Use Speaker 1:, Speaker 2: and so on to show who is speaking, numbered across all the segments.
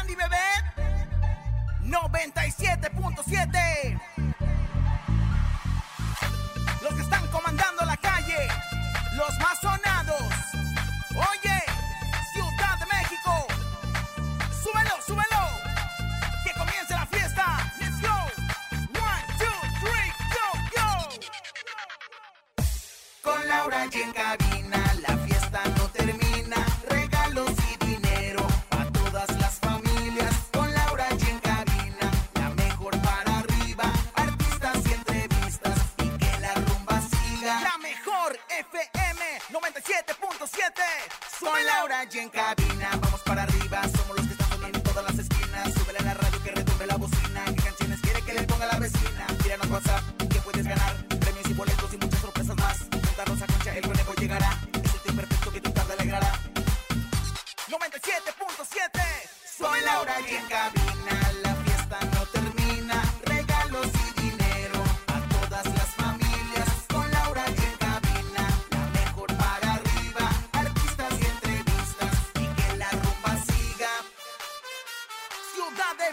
Speaker 1: Andy Bebé 97.7. Los que están comandando la calle, los más sonados. Oye, Ciudad de México, súbelo, súbelo. Que comience la fiesta. Let's go. One, two, three, go, go. Con Laura y en cabina, la fiesta no termina. Regalos y dinero a todas las familias. Con Laura y en cabina, la mejor para arriba. Artistas y entrevistas y que la rumba siga. La mejor FM 97.7. Soy Laura y en cabina, vamos para arriba. Somos los que están sonando en todas las esquinas. Súbele a la radio que retumbe la bocina. ¿Qué canciones quiere que le ponga la vecina? Tíranos WhatsApp que puedes ganar premios y boletos y muchas sorpresas más. Junta Rosa Concha, el conejo llegará. Es el tiempo perfecto que tu tarde alegrará. 97.7 Soy Laura y en cabina La fiesta no termina Regalos y dinero A todas las familias Con Laura y en cabina La mejor para arriba Artistas y entrevistas Y que la rumba siga Ciudad de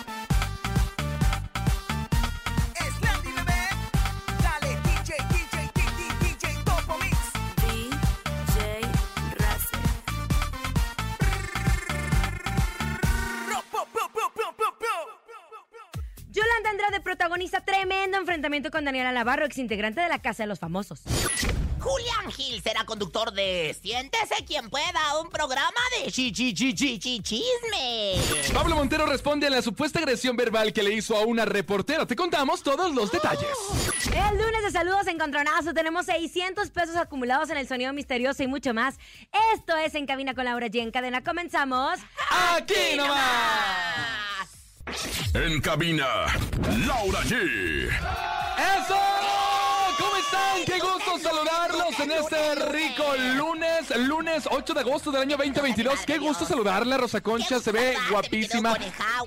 Speaker 1: Es Landy Bebé, dale DJ, DJ, DJ, DJ, Topo Mix.
Speaker 2: DJ Race.
Speaker 1: Ro, pu, pu, pu, pu, pu, pu.
Speaker 3: Yolanda Andrade protagoniza tremendo enfrentamiento con Daniela Navarro, exintegrante de la Casa de los Famosos.
Speaker 4: Julián Gil será conductor de Siéntese quien pueda, un programa de chi, chi, chi, chi, chi- chisme.
Speaker 5: Pablo Montero responde a la supuesta agresión verbal que le hizo a una reportera. Te contamos todos los detalles.
Speaker 3: El lunes de saludos encontronazo. Tenemos 600 pesos acumulados en el sonido misterioso y mucho más. Esto es En Cabina con Laura G. En cadena comenzamos.
Speaker 5: Aquí nomás.
Speaker 6: En cabina, Laura G.
Speaker 5: ¡Eso! ¿Cómo están? ¡Qué gusto saludarlos en este rico lunes! Lunes 8 de agosto del año 2022. ¡Qué gusto saludarla, Rosa Concha! Se ve guapísima.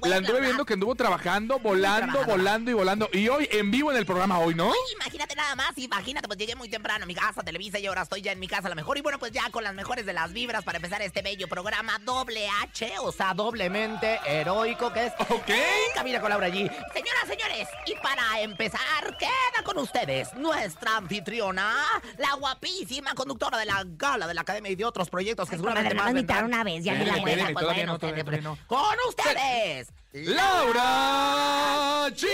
Speaker 5: La anduve viendo que anduvo trabajando, volando, volando y volando. Y hoy en vivo en el programa, hoy, ¿no?
Speaker 4: Imagínate nada más, imagínate, pues llegué muy temprano a mi casa, Televisa, y ahora estoy ya en mi casa a lo mejor. Y bueno, pues ya con las mejores de las vibras para empezar este bello programa doble H, o sea, doblemente heroico que es.
Speaker 5: Ok.
Speaker 4: Camina con Laura allí. Señoras, señores, y para empezar, queda con ustedes nuestra anfitriona, la guapísima conductora de la gala de la Academia y de otros proyectos que seguramente
Speaker 3: comadre, me
Speaker 4: más
Speaker 3: van a invitar
Speaker 4: vendrán.
Speaker 3: una vez, ya ni
Speaker 4: Sí,
Speaker 3: la
Speaker 4: bueno,
Speaker 5: cuento.
Speaker 4: pues
Speaker 5: Todavía
Speaker 4: bueno,
Speaker 5: no, todavía, todavía no.
Speaker 4: Con ustedes,
Speaker 5: ¡Laura G!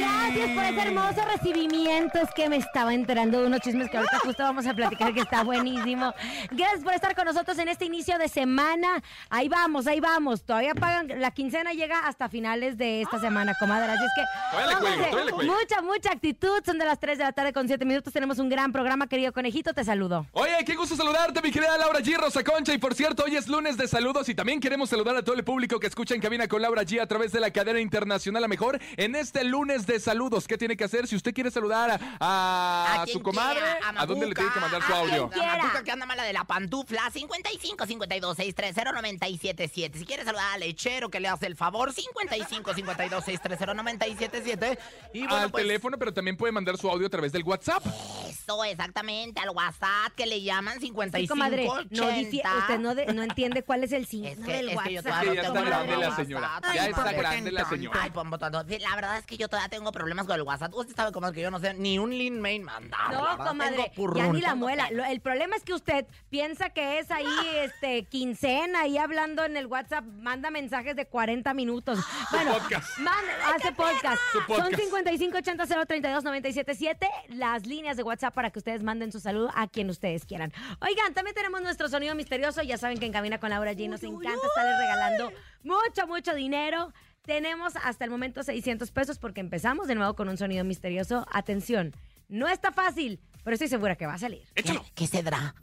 Speaker 3: Gracias por ese hermoso recibimiento. Es que me estaba enterando de unos chismes que ahorita justo vamos a platicar que está buenísimo. Gracias por estar con nosotros en este inicio de semana. Ahí vamos, ahí vamos. Todavía pagan, la quincena llega hasta finales de esta semana, comadre. Así es que
Speaker 5: Todavía le cuelgo,
Speaker 3: póngase
Speaker 5: todavía le cuelgo.
Speaker 3: mucha, mucha actitud. Son de las 3 de la tarde con 7 minutos. Tenemos un gran programa, querido conejito. Te saludo.
Speaker 5: Oye, qué gusto saludarte, mi querida Laura G. Rosa Concha. Y por cierto, hoy es lunes de saludos y también queremos saludar a todo el público que escucha en cabina con Laura G a través de la cadena internacional La Mejor en este lunes de saludos. ¿Qué tiene que hacer? Si usted quiere saludar a, a
Speaker 4: A Ah, quien
Speaker 5: su comadre,
Speaker 4: quiera,
Speaker 5: a, dónde le
Speaker 4: Macuca,
Speaker 5: tiene que mandar su
Speaker 4: a
Speaker 5: audio?
Speaker 4: quien- A
Speaker 3: Quiera.
Speaker 4: Macuca que anda mala de la pantufla, 55 52 630 977. Si quieres saludar al lechero que le hace el favor, 55 52 630 977. Y bueno,
Speaker 5: al
Speaker 4: pues,
Speaker 5: teléfono, pero también puede mandar su audio a través del WhatsApp.
Speaker 4: Eso, exactamente, al WhatsApp que le llaman
Speaker 3: Sí,
Speaker 4: 55
Speaker 3: comadre, no
Speaker 4: 80.
Speaker 3: difie- usted no, de- no entiende cuál es el signo
Speaker 4: Es que,
Speaker 3: del
Speaker 4: es que yo
Speaker 3: WhatsApp.
Speaker 4: todavía
Speaker 5: Sí, ya está
Speaker 4: tengo
Speaker 5: grande la
Speaker 4: WhatsApp,
Speaker 5: señora.
Speaker 4: ay,
Speaker 5: Ya está
Speaker 4: por qué
Speaker 5: grande la
Speaker 4: tonto?
Speaker 5: señora.
Speaker 4: Ay, pombo tonto. La verdad es que yo todavía tengo problemas con el WhatsApp. Usted sabe cómo es que yo no sé ni un link mail mandar. la
Speaker 3: No,
Speaker 4: verdad,
Speaker 3: comadre,
Speaker 4: tengo purrún.
Speaker 3: ya ni la
Speaker 4: Tengo
Speaker 3: muela.
Speaker 4: pena.
Speaker 3: Lo- el problema es que usted piensa que es ahí, este, quincena, y hablando en el WhatsApp, manda mensajes de 40 minutos. Bueno,
Speaker 5: podcast.
Speaker 3: man- hace podcast.
Speaker 5: Su podcast.
Speaker 3: Son 5580032977 las líneas de WhatsApp para que ustedes manden su saludo a quien ustedes quieran. Oigan, también tenemos nuestro sonido misterioso. Ya saben que en Cabina con Laura G nos encanta estarles regalando mucho, mucho dinero. Tenemos hasta el momento 600 pesos porque empezamos de nuevo con un sonido misterioso. Atención, no está fácil, pero estoy segura que va a salir.
Speaker 4: ¿Qué, ¿Qué se dará?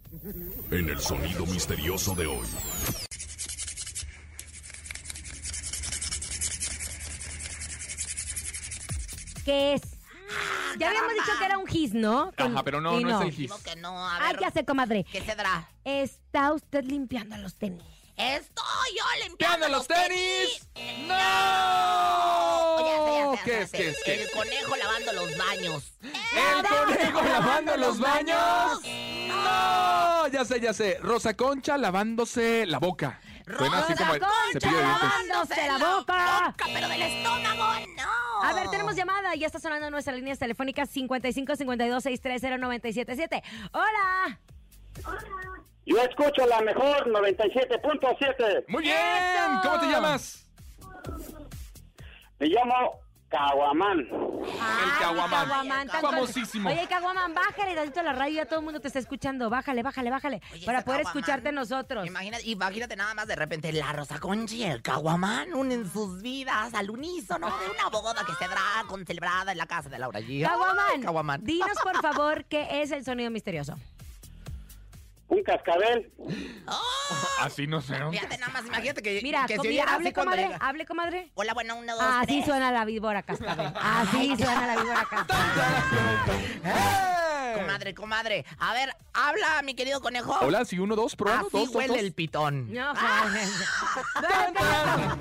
Speaker 6: En el sonido misterioso de hoy.
Speaker 3: ¿Qué es?
Speaker 4: Ah,
Speaker 3: Ya habíamos dicho que era un gis, ¿no? Con-
Speaker 5: Ajá, pero no,
Speaker 3: y
Speaker 5: no es el gis.
Speaker 4: Digo que no, a
Speaker 3: Ay,
Speaker 4: ver.
Speaker 3: ya sé, comadre.
Speaker 4: ¿Qué se dará?
Speaker 3: Está usted limpiando los tenis.
Speaker 4: Estoy yo
Speaker 5: ¿Qué
Speaker 4: limpiando
Speaker 5: andan los tenis? ¡No! Oh, ¿Qué es?
Speaker 4: frase.
Speaker 5: ¿Qué es? ¿Qué
Speaker 4: El
Speaker 5: es?
Speaker 4: conejo lavando los baños.
Speaker 5: ¡El conejo lavando los baños! ¡No! ¡Ah! Ya sé, ya sé. Rosa Concha lavándose la boca. Suena así
Speaker 3: Rosa
Speaker 5: como el
Speaker 3: Concha
Speaker 5: cepillo de dientes.
Speaker 3: lavándose la boca.
Speaker 4: pero del estómago, no.
Speaker 3: A ver, tenemos llamada. Ya está sonando nuestras líneas telefónicas 55 52 630 977. ¡Hola!
Speaker 7: Yo escucho la mejor 97.7.
Speaker 5: Muy bien.
Speaker 3: ¡Eso!
Speaker 5: ¿Cómo te llamas?
Speaker 7: Me llamo Caguamán.
Speaker 3: Ay, mi
Speaker 5: Caguamán.
Speaker 3: Ah, tan
Speaker 5: Famosísimo.
Speaker 3: con- Oye, Caguaman, bájale tantito a la radio, ya todo el mundo te está escuchando. Bájale, bájale, bájale.
Speaker 4: Oye,
Speaker 3: para
Speaker 4: ese
Speaker 3: poder
Speaker 4: caguamán.
Speaker 3: escucharte nosotros.
Speaker 4: Imagínate, imagínate nada más de repente la Rosa Concha y el Caguamán unen sus vidas al unísono de una boda que será con- celebrada en la casa de Laura G. Ay,
Speaker 3: Caguaman,
Speaker 4: Caguamán.
Speaker 3: dinos por favor qué es el sonido misterioso.
Speaker 7: Un cascabel.
Speaker 5: Así no sé. ¿no?
Speaker 4: Fíjate nada más, imagínate que,
Speaker 3: Mira,
Speaker 4: Eh, que se
Speaker 3: com- mira,
Speaker 4: oyera así
Speaker 3: hable,
Speaker 4: cuando
Speaker 3: comadre,
Speaker 4: llega.
Speaker 3: hable, comadre.
Speaker 4: Hola, bueno, uno, dos,
Speaker 3: Así
Speaker 4: tres.
Speaker 3: suena la víbora cascabel. Así suena la víbora cascabel.
Speaker 5: ¡Eh!
Speaker 4: Comadre, comadre. A ver, habla, mi querido conejo.
Speaker 5: Hola, sí, uno, dos, probando.
Speaker 4: Así
Speaker 5: Dos, dos,
Speaker 4: huele
Speaker 5: dos.
Speaker 4: el pitón.
Speaker 3: No, joder. Bueno,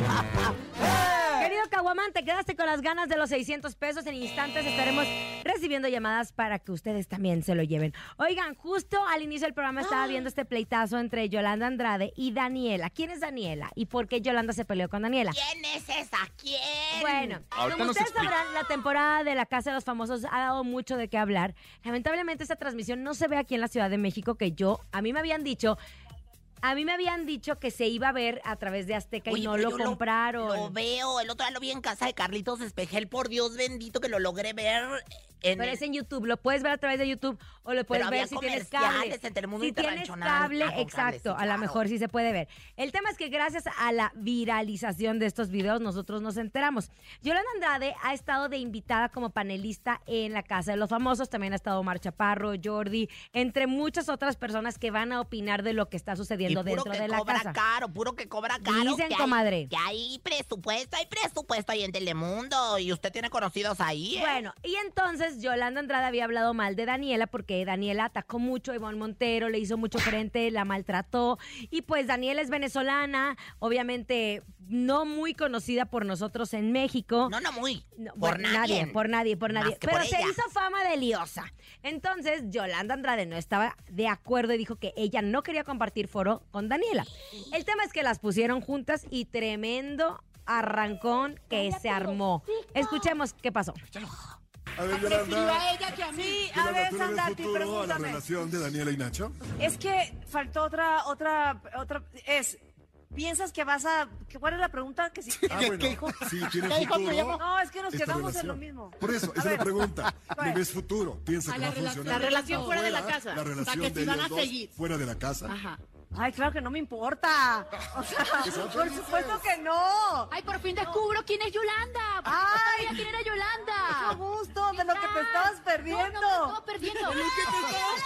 Speaker 3: Querido Caguamán, te quedaste con las ganas de los 600 pesos. En instantes estaremos recibiendo llamadas para que ustedes también se lo lleven. Oigan, justo al inicio del programa estaba viendo este pleitazo entre Yolanda Andrade y Daniela. ¿Quién es Daniela y por qué Yolanda se peleó con Daniela?
Speaker 4: ¿Quién es esa? ¿Quién?
Speaker 3: Bueno,
Speaker 5: Ahorita
Speaker 3: como
Speaker 5: nos
Speaker 3: ustedes
Speaker 5: explica.
Speaker 3: sabrán, la temporada de La Casa de los Famosos ha dado mucho de qué hablar. Lamentablemente esta transmisión no se ve aquí en la Ciudad de México, que yo, a mí me habían dicho, a mí me habían dicho que se iba a ver a través de Azteca y
Speaker 4: Oye,
Speaker 3: no
Speaker 4: pero
Speaker 3: lo
Speaker 4: yo
Speaker 3: compraron.
Speaker 4: Lo, veo, el otro día lo vi en casa de Carlitos Espejel, por Dios bendito que lo logré ver en
Speaker 3: pero
Speaker 4: el-
Speaker 3: es en YouTube, lo puedes ver a través de YouTube o lo puedes
Speaker 4: Pero
Speaker 3: ver
Speaker 4: había
Speaker 3: si tienes
Speaker 4: comerciales
Speaker 3: cable.
Speaker 4: en Telemundo
Speaker 3: si tienes
Speaker 4: Internacional.
Speaker 3: cable,
Speaker 4: Ah, con cable, sí,
Speaker 3: exacto, a
Speaker 4: claro.
Speaker 3: lo mejor sí se puede ver. El tema es que gracias a la viralización de estos videos nosotros nos enteramos. Yolanda Andrade ha estado de invitada como panelista en la Casa de los Famosos, también ha estado Omar Chaparro, Jordi, entre muchas otras personas que van a opinar de lo que está
Speaker 4: Y
Speaker 3: sucediendo
Speaker 4: puro
Speaker 3: dentro
Speaker 4: que
Speaker 3: de la
Speaker 4: cobra
Speaker 3: casa.
Speaker 4: caro, puro que cobra caro.
Speaker 3: Dicen,
Speaker 4: que hay-
Speaker 3: comadre.
Speaker 4: que hay presupuesto, hay presupuesto ahí en Telemundo y usted tiene conocidos ahí. ¿eh?
Speaker 3: Bueno, y entonces Yolanda Andrade había hablado mal de Daniela porque Daniela atacó mucho a Ivonne Montero, le hizo mucho frente, la maltrató. Y pues Daniela es venezolana, obviamente no muy conocida por nosotros en México.
Speaker 4: No, no muy.
Speaker 3: No,
Speaker 4: por
Speaker 3: bueno,
Speaker 4: nadie.
Speaker 3: Por nadie, por
Speaker 4: Más
Speaker 3: nadie.
Speaker 4: que
Speaker 3: Pero
Speaker 4: por
Speaker 3: se
Speaker 4: ella.
Speaker 3: hizo fama de liosa. Entonces, Yolanda Andrade no estaba de acuerdo y dijo que ella no quería compartir foro con Daniela. El tema es que las pusieron juntas y tremendo arrancón que se armó. Escuchemos qué pasó.
Speaker 8: A ver, Yolanda.
Speaker 9: a ella que a mí.
Speaker 10: Sí, a
Speaker 8: Yolanda,
Speaker 10: ver,
Speaker 8: ¿tú le ves
Speaker 10: Sandati,
Speaker 8: futuro a la
Speaker 10: pregúntame.
Speaker 8: relación de Daniela y Nacho?
Speaker 10: Es que faltó otra, otra, otra, es, ¿piensas que vas a, que- cuál es la pregunta? Que si,
Speaker 8: Ah,
Speaker 10: que-
Speaker 8: bueno,
Speaker 10: que dijo-
Speaker 8: sí, tiene
Speaker 9: ¿Qué dijo? ¿Qué
Speaker 8: futuro.
Speaker 9: llamó?
Speaker 10: No, es que nos
Speaker 8: esta
Speaker 10: quedamos en
Speaker 8: relación.
Speaker 10: lo mismo.
Speaker 8: Por eso,
Speaker 10: A
Speaker 8: esa es
Speaker 10: ver,
Speaker 8: la pregunta. ¿Le
Speaker 10: Bueno.
Speaker 8: ves futuro? ¿Piensa
Speaker 9: A
Speaker 8: que
Speaker 9: la
Speaker 8: va a
Speaker 9: relación-
Speaker 8: funcionar?
Speaker 9: la relación fuera de la casa.
Speaker 8: La
Speaker 9: O sea,
Speaker 8: relación
Speaker 9: que
Speaker 8: de
Speaker 9: si van
Speaker 8: ellos
Speaker 9: a
Speaker 8: dos
Speaker 9: seguir.
Speaker 8: fuera de la casa.
Speaker 9: Ajá.
Speaker 10: Ay, claro que no me importa. O sea,
Speaker 8: Que sean
Speaker 10: por
Speaker 8: felices.
Speaker 10: supuesto que no.
Speaker 9: Ay, por fin descubro quién es Yolanda. Por fin
Speaker 10: Ay.
Speaker 9: sabía quién era Yolanda.
Speaker 10: Mucho gusto de lo que te estabas perdiendo.
Speaker 9: No, no me estaba perdiendo. ¿Qué te estabas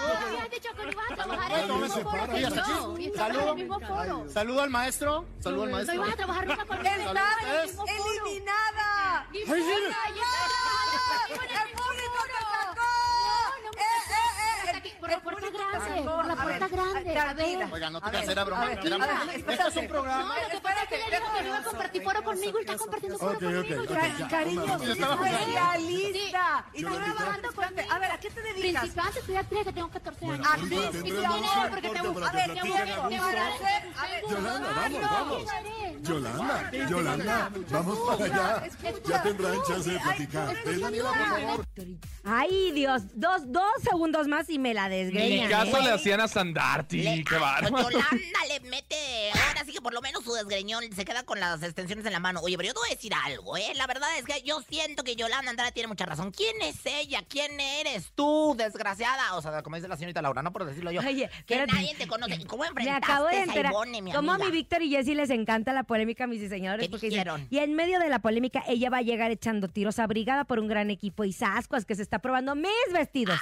Speaker 9: perdiendo? No me habías dicho que no ibas a trabajar en el
Speaker 8: Saludos.
Speaker 9: mismo foro que yo. Y estabas en el mismo foro.
Speaker 11: Saludo al maestro. Saludo al
Speaker 9: No
Speaker 11: maestro.
Speaker 9: ibas a trabajar nunca conmigo. estabas en el
Speaker 10: Estás
Speaker 9: mismo foro.
Speaker 10: eliminada.
Speaker 9: Ni modo,
Speaker 11: sí.
Speaker 9: ahí estabas trabajando conmigo en
Speaker 10: ¡El
Speaker 9: mismo
Speaker 10: público te
Speaker 9: foro.
Speaker 10: atacó!
Speaker 9: No, no me
Speaker 10: Eh, eh, eh,
Speaker 9: Hasta aquí, por
Speaker 10: el
Speaker 9: la puerta
Speaker 10: público te
Speaker 9: grande,
Speaker 10: atacó.
Speaker 9: por la
Speaker 10: A ver,
Speaker 9: puerta grande, a ver.
Speaker 10: tranquila.
Speaker 11: Oiga, no
Speaker 10: A
Speaker 11: te
Speaker 10: ver,
Speaker 11: creas, era
Speaker 10: a
Speaker 11: broma. Era
Speaker 10: ver, a
Speaker 11: broma.
Speaker 10: ver,
Speaker 11: Esto es un
Speaker 10: espérate.
Speaker 11: programa.
Speaker 9: No, lo que pasa es que le dijo que no iba a compartir foro conmigo y está compartiendo foro
Speaker 8: Ok, ok,
Speaker 9: conmigo.
Speaker 8: ok,
Speaker 9: Yolanda.
Speaker 8: ya.
Speaker 10: Cariño,
Speaker 8: Yo
Speaker 10: eres
Speaker 8: estaba jugando.
Speaker 10: especialista.
Speaker 9: Sí.
Speaker 10: Y tú
Speaker 8: Yo
Speaker 10: me
Speaker 8: estaba
Speaker 10: vas
Speaker 9: jugando
Speaker 10: a A ver, ¿a qué te dedicas?
Speaker 9: Principante, estoy actriz que tengo 14 años.
Speaker 8: Bueno,
Speaker 10: ahorita
Speaker 9: Actriz, y tú
Speaker 10: tendremos
Speaker 9: vienes
Speaker 10: un
Speaker 9: porque te
Speaker 8: corte
Speaker 9: gusta.
Speaker 8: para que
Speaker 9: te
Speaker 8: platiquen
Speaker 9: gusta,
Speaker 8: a
Speaker 9: te
Speaker 8: gusto.
Speaker 9: gusta,
Speaker 10: A ver,
Speaker 9: te gusta.
Speaker 8: Yolanda,
Speaker 9: Ay,
Speaker 8: vamos,
Speaker 9: no,
Speaker 8: vamos.
Speaker 9: seré, no,
Speaker 8: Yolanda,
Speaker 9: seré.
Speaker 8: Yolanda, vamos para allá.
Speaker 9: Escucha.
Speaker 8: Ya tendrán chance de platicar.
Speaker 9: Ay,
Speaker 8: Eh, Daniela, por favor.
Speaker 3: Ay, Dios, dos, dos segundos más y me la
Speaker 5: Ni
Speaker 3: desgreñan.
Speaker 5: caso
Speaker 3: ¿eh?
Speaker 5: le hacían a Sandarti.
Speaker 4: Le-
Speaker 5: Qué
Speaker 4: ah, pues
Speaker 5: bárbaro.
Speaker 4: Yolanda le mete. Ahora sí que por lo menos su desgreñón se queda con las extensiones en la mano. Oye, pero yo te voy a decir algo, ¿eh? La verdad es que yo siento que Yolanda Andrade tiene mucha razón. ¿Quién es ella? ¿Quién eres tú, desgraciada? O sea, como dice la señorita Laura, no por decirlo yo.
Speaker 3: Oye,
Speaker 4: que
Speaker 3: espérate.
Speaker 4: nadie te conoce. ¿Y ¿Cómo
Speaker 3: Me
Speaker 4: enfrentaste
Speaker 3: acabo de
Speaker 4: a
Speaker 3: enterar.
Speaker 4: Ivonne, mi
Speaker 3: Como a
Speaker 4: amiga?
Speaker 3: mi Víctor y Jessy les encanta la polémica a mis diseñadores.
Speaker 4: ¿Qué
Speaker 3: porque dicen,
Speaker 4: dijeron?
Speaker 3: y en medio de la polémica, ella va a llegar echando tiros a brigada
Speaker 4: Ah,
Speaker 3: por un gran equipo y sascuas que se está probando mis vestidos.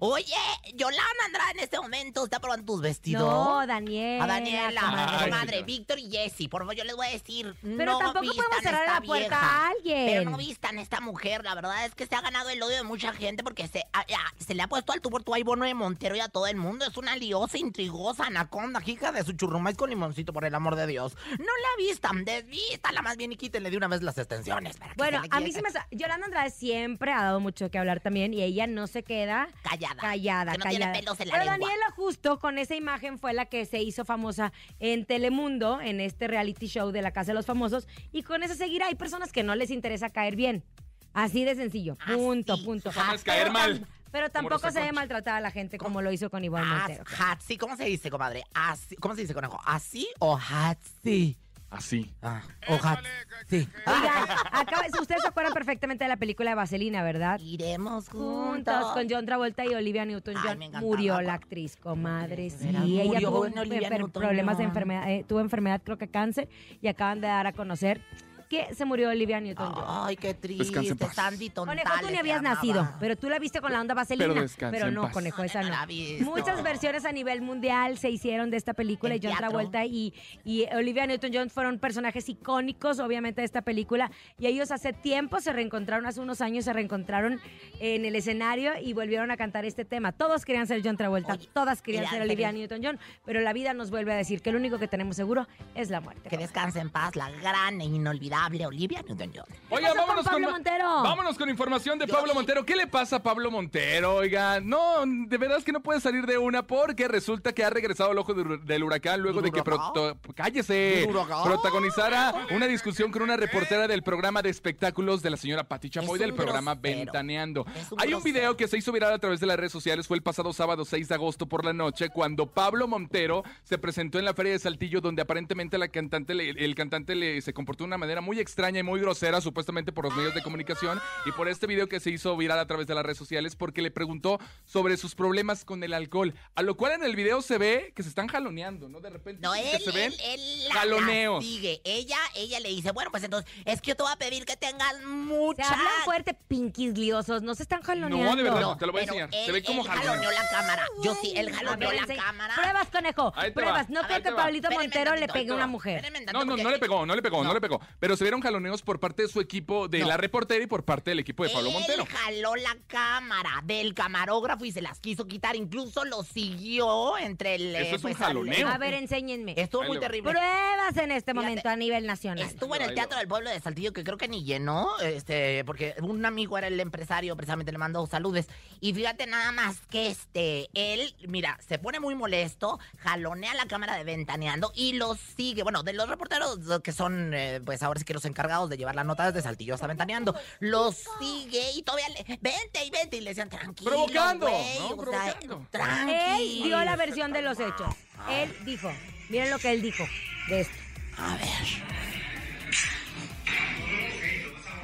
Speaker 4: Oye, Yolanda Andrade en este momento está probando tus vestidos.
Speaker 3: No, Daniela.
Speaker 4: A Daniela,
Speaker 3: comadre.
Speaker 4: madre, Eh, Víctor y Jessy, por favor, yo les voy a decir.
Speaker 3: Pero
Speaker 4: no
Speaker 3: tampoco
Speaker 4: vistan
Speaker 3: podemos cerrar
Speaker 4: esta
Speaker 3: la puerta
Speaker 4: vieja.
Speaker 3: a alguien.
Speaker 4: Pero no vistan a esta mujer. La verdad es que se ha ganado el odio de mucha gente porque se, a- a- se le ha puesto al tu por tu a Bono de Montero y a todo el mundo. Es una liosa, intrigosa, anaconda, jica de su churrumais con limoncito, por el amor de Dios. No la vistan, desvístala más bien y quítenle de una vez las extensiones. para que
Speaker 3: Bueno,
Speaker 4: se le
Speaker 3: a mí
Speaker 4: quite.
Speaker 3: se me... hace- Yolanda Andrade siempre ha dado mucho que hablar también y ella no se queda
Speaker 4: Callada.
Speaker 3: callada,
Speaker 4: Que no tiene
Speaker 3: callada.
Speaker 4: pelos en la
Speaker 3: Pero
Speaker 4: lengua.
Speaker 3: Daniela justo con esa imagen fue la que se hizo famosa en Telemundo, en este reality show de la Casa de los Famosos, y con eso seguirá. Hay personas que no les interesa caer bien. Así de sencillo. Punto, punto.
Speaker 5: Fama es caer
Speaker 3: Pero
Speaker 5: mal,
Speaker 3: tam- Pero
Speaker 5: como
Speaker 3: tampoco
Speaker 5: Rosa
Speaker 3: se debe
Speaker 5: Concha.
Speaker 3: maltratar a la gente como lo hizo con Ivonne
Speaker 4: Ah,
Speaker 3: Montero.
Speaker 4: Hatsi, ¿cómo se dice, comadre? Así, ¿Cómo se dice, conejo? ¿Así o Hatsi?
Speaker 5: Así.
Speaker 4: Ah, o Hatsi.
Speaker 3: Oigan, acaba- ustedes se acuerdan perfectamente de la película de Vaselina, ¿verdad?
Speaker 4: Iremos juntos.
Speaker 3: juntos con John Travolta y Olivia Newton-John.
Speaker 4: me encantaba,
Speaker 3: murió
Speaker 4: guapa.
Speaker 3: la actriz, comadre. Sí,
Speaker 4: veras,
Speaker 3: ella
Speaker 4: murió
Speaker 3: tuvo un
Speaker 4: buena Olivia
Speaker 3: enfer-
Speaker 4: Newton-John.
Speaker 3: problemas de enfermedad, eh, tuvo enfermedad, creo que cáncer, y acaban de dar a conocer que se murió Olivia Newton-John.
Speaker 4: Ay, qué
Speaker 5: Descansa
Speaker 4: triste,
Speaker 5: en paz.
Speaker 4: Sandy Tontales.
Speaker 3: Conejo, tú ni habías nacido, pero tú la viste con la onda vaselina.
Speaker 5: Pero descansa en
Speaker 3: no,
Speaker 5: paz.
Speaker 3: conejo, esa no.
Speaker 4: la viste.
Speaker 3: Muchas versiones a nivel mundial se hicieron de esta película y
Speaker 4: En
Speaker 3: John
Speaker 4: teatro.
Speaker 3: Travolta y, y Olivia Newton-John fueron personajes icónicos, obviamente, de esta película. Y ellos hace tiempo se reencontraron, hace unos años se reencontraron en el escenario y volvieron a cantar este tema. Todos querían ser John Travolta,
Speaker 4: Oye,
Speaker 3: todas querían
Speaker 4: era
Speaker 3: ser
Speaker 4: en
Speaker 3: Olivia
Speaker 4: serio.
Speaker 3: Newton-John, pero la vida nos vuelve a decir que lo único que tenemos seguro es la muerte.
Speaker 4: Que descanse en paz la gran e inolvidable Olivia Newton-John.
Speaker 5: Oigan,
Speaker 3: pasó con
Speaker 5: vámonos
Speaker 3: Pablo
Speaker 5: ma-
Speaker 3: Montero?
Speaker 5: Vámonos con información de Pablo Montero. ¿Qué le pasa a Pablo Montero? Oiga, no, de verdad es que no puede salir de una porque resulta que ha regresado al ojo del- del huracán luego de que
Speaker 4: ¿Huracán?
Speaker 5: proto- cállese,
Speaker 4: ¿Del huracán?
Speaker 5: protagonizara una discusión con una reportera del programa de espectáculos de la señora Pati Chapoy
Speaker 4: Es
Speaker 5: del
Speaker 4: un
Speaker 5: programa
Speaker 4: grosero.
Speaker 5: Ventaneando.
Speaker 4: Es un
Speaker 5: Hay un
Speaker 4: grosero.
Speaker 5: video que se hizo viral a través de las redes sociales, fue el pasado sábado 6 de agosto por la noche cuando Pablo Montero se presentó en la feria de Saltillo donde aparentemente la cantante le- el cantante le, se comportó de una manera muy extraña y muy grosera supuestamente por los medios de comunicación y por este video que se hizo viral a través de las redes sociales porque le preguntó sobre sus problemas con el alcohol, a lo cual en el video se ve que se están jaloneando, ¿no? De repente
Speaker 4: No,
Speaker 5: que
Speaker 4: él,
Speaker 5: se ven
Speaker 4: él, él la
Speaker 5: jaloneos.
Speaker 4: sigue. Ella, ella le dice, bueno, pues entonces, es que yo te voy a pedir que tengas
Speaker 3: Se
Speaker 4: mucha...
Speaker 3: hablan fuerte, pinquis liosos, no se están jaloneando.
Speaker 5: No, de verdad, te lo voy a
Speaker 4: pero
Speaker 5: enseñar. Se
Speaker 4: él-
Speaker 5: ve como
Speaker 4: él
Speaker 5: jaloneo.
Speaker 4: jaloneó la cámara. Yo sí, él
Speaker 3: A
Speaker 4: jaloneó
Speaker 3: ver,
Speaker 4: la
Speaker 3: enseñ-
Speaker 4: cámara.
Speaker 3: Pruebas, conejo.
Speaker 5: Ahí te
Speaker 3: pruebas.
Speaker 5: va.
Speaker 3: No
Speaker 5: Ahí
Speaker 3: creo
Speaker 5: te
Speaker 3: que
Speaker 5: va.
Speaker 3: Pablito
Speaker 4: Espérenme
Speaker 3: Montero le
Speaker 4: tantito,
Speaker 3: pegue a
Speaker 4: ahí
Speaker 3: una
Speaker 4: te va.
Speaker 3: mujer.
Speaker 4: Espérenme
Speaker 5: No,
Speaker 4: tantito,
Speaker 5: no,
Speaker 4: porque
Speaker 5: no le pegó, no le pegó, no. le pegó. Pero se vieron jaloneos por parte de su equipo, de la reportera y por parte del equipo de Pablo
Speaker 4: él
Speaker 5: Montero.
Speaker 4: jaló la cámara del camarógrafo y se las quiso quitar. Incluso lo siguió entre el...
Speaker 5: Eso
Speaker 4: eh,
Speaker 5: es un
Speaker 4: al-
Speaker 5: jaloneo.
Speaker 3: A ver, enséñenme.
Speaker 4: Estuvo
Speaker 5: Ahí
Speaker 4: muy
Speaker 5: le va.
Speaker 4: terrible.
Speaker 3: Pruebas en este momento
Speaker 4: Fíjate,
Speaker 3: a nivel nacional.
Speaker 4: Estuvo en
Speaker 5: Ahí
Speaker 4: el
Speaker 5: lo-
Speaker 4: Teatro del Pueblo de Saltillo, que creo que ni llenó, este, porque un amigo era el empresario, precisamente le mandó saludes. Y fíjate nada más que este, él, mira, se pone muy molesto, jalonea la cámara de ventaneando y los sigue. Bueno, de los reporteros eh, que son, eh, pues ahora sí que los encargados de llevar las notas de Saltillo hasta ventaneando, los sigue y todavía le, vente y vente y le decían tranquilo.
Speaker 5: Provocando,
Speaker 4: güey",
Speaker 5: ¿no?
Speaker 4: o sea,
Speaker 5: Provocando.
Speaker 4: tranqui.
Speaker 3: Él dio la versión de los hechos. Él dijo, miren lo que él dijo de esto.
Speaker 4: A ver.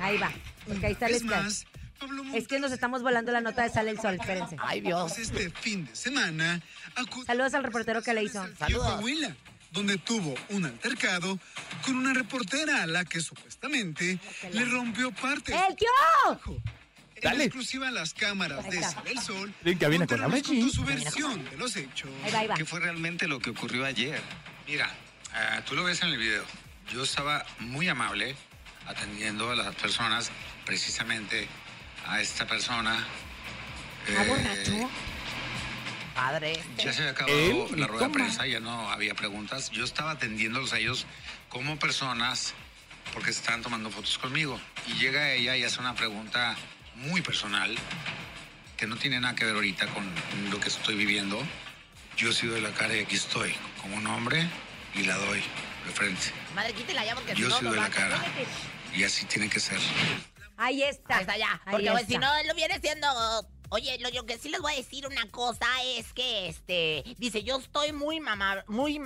Speaker 3: Ahí va. Porque ahí está el
Speaker 12: Es
Speaker 3: escándalo.
Speaker 12: más, Pablo
Speaker 3: Es que nos
Speaker 12: Montero
Speaker 3: estamos volando la nota de Sale el Sol, espérense.
Speaker 4: Ay, Dios.
Speaker 12: este fin de semana acudió
Speaker 3: Saludos al reportero que le hizo.
Speaker 12: al Saltillo,
Speaker 4: Saludos.
Speaker 12: Coahuila, donde tuvo un altercado con una reportera a la que supuestamente le rompió parte
Speaker 3: ¡El tío!
Speaker 5: Dale.
Speaker 12: En exclusiva a las cámaras
Speaker 3: Ahí
Speaker 12: de
Speaker 3: está.
Speaker 12: Sale el Sol.
Speaker 5: En cabina con
Speaker 12: Montero
Speaker 5: Habla
Speaker 12: nos contó
Speaker 5: G.
Speaker 12: su versión de los hechos.
Speaker 3: Ahí va, ahí va.
Speaker 13: ¿Qué fue realmente lo que ocurrió ayer?
Speaker 14: Mira, ah, tú lo ves en el video. Yo estaba muy amable atendiendo a las personas, precisamente a esta persona.
Speaker 4: ¿Está
Speaker 14: Eh,
Speaker 4: borracho? Padre. este.
Speaker 14: Ya se había acabado
Speaker 5: Él ni
Speaker 14: la rueda
Speaker 5: toma.
Speaker 14: de prensa, ya no había preguntas. Yo estaba atendiéndolos a ellos como personas porque estaban tomando fotos conmigo. Y llega ella y hace una pregunta muy personal que no tiene nada que ver ahorita con lo que estoy viviendo. Yo sí doy la cara y aquí estoy, como un hombre, y la doy de frente.
Speaker 4: Madre, quítela ya porque si
Speaker 14: Yo
Speaker 4: no
Speaker 14: sí
Speaker 4: nos
Speaker 14: doy
Speaker 4: va
Speaker 14: la
Speaker 4: a-
Speaker 14: cara. Y así tiene que ser.
Speaker 3: Ahí está.
Speaker 4: Ahí está ya.
Speaker 3: Ahí
Speaker 4: Porque pues, si
Speaker 3: está.
Speaker 4: no, él lo viene siendo Oye, lo, lo que sí les voy a decir una cosa es que, este, dice, yo estoy muy mamá, muy,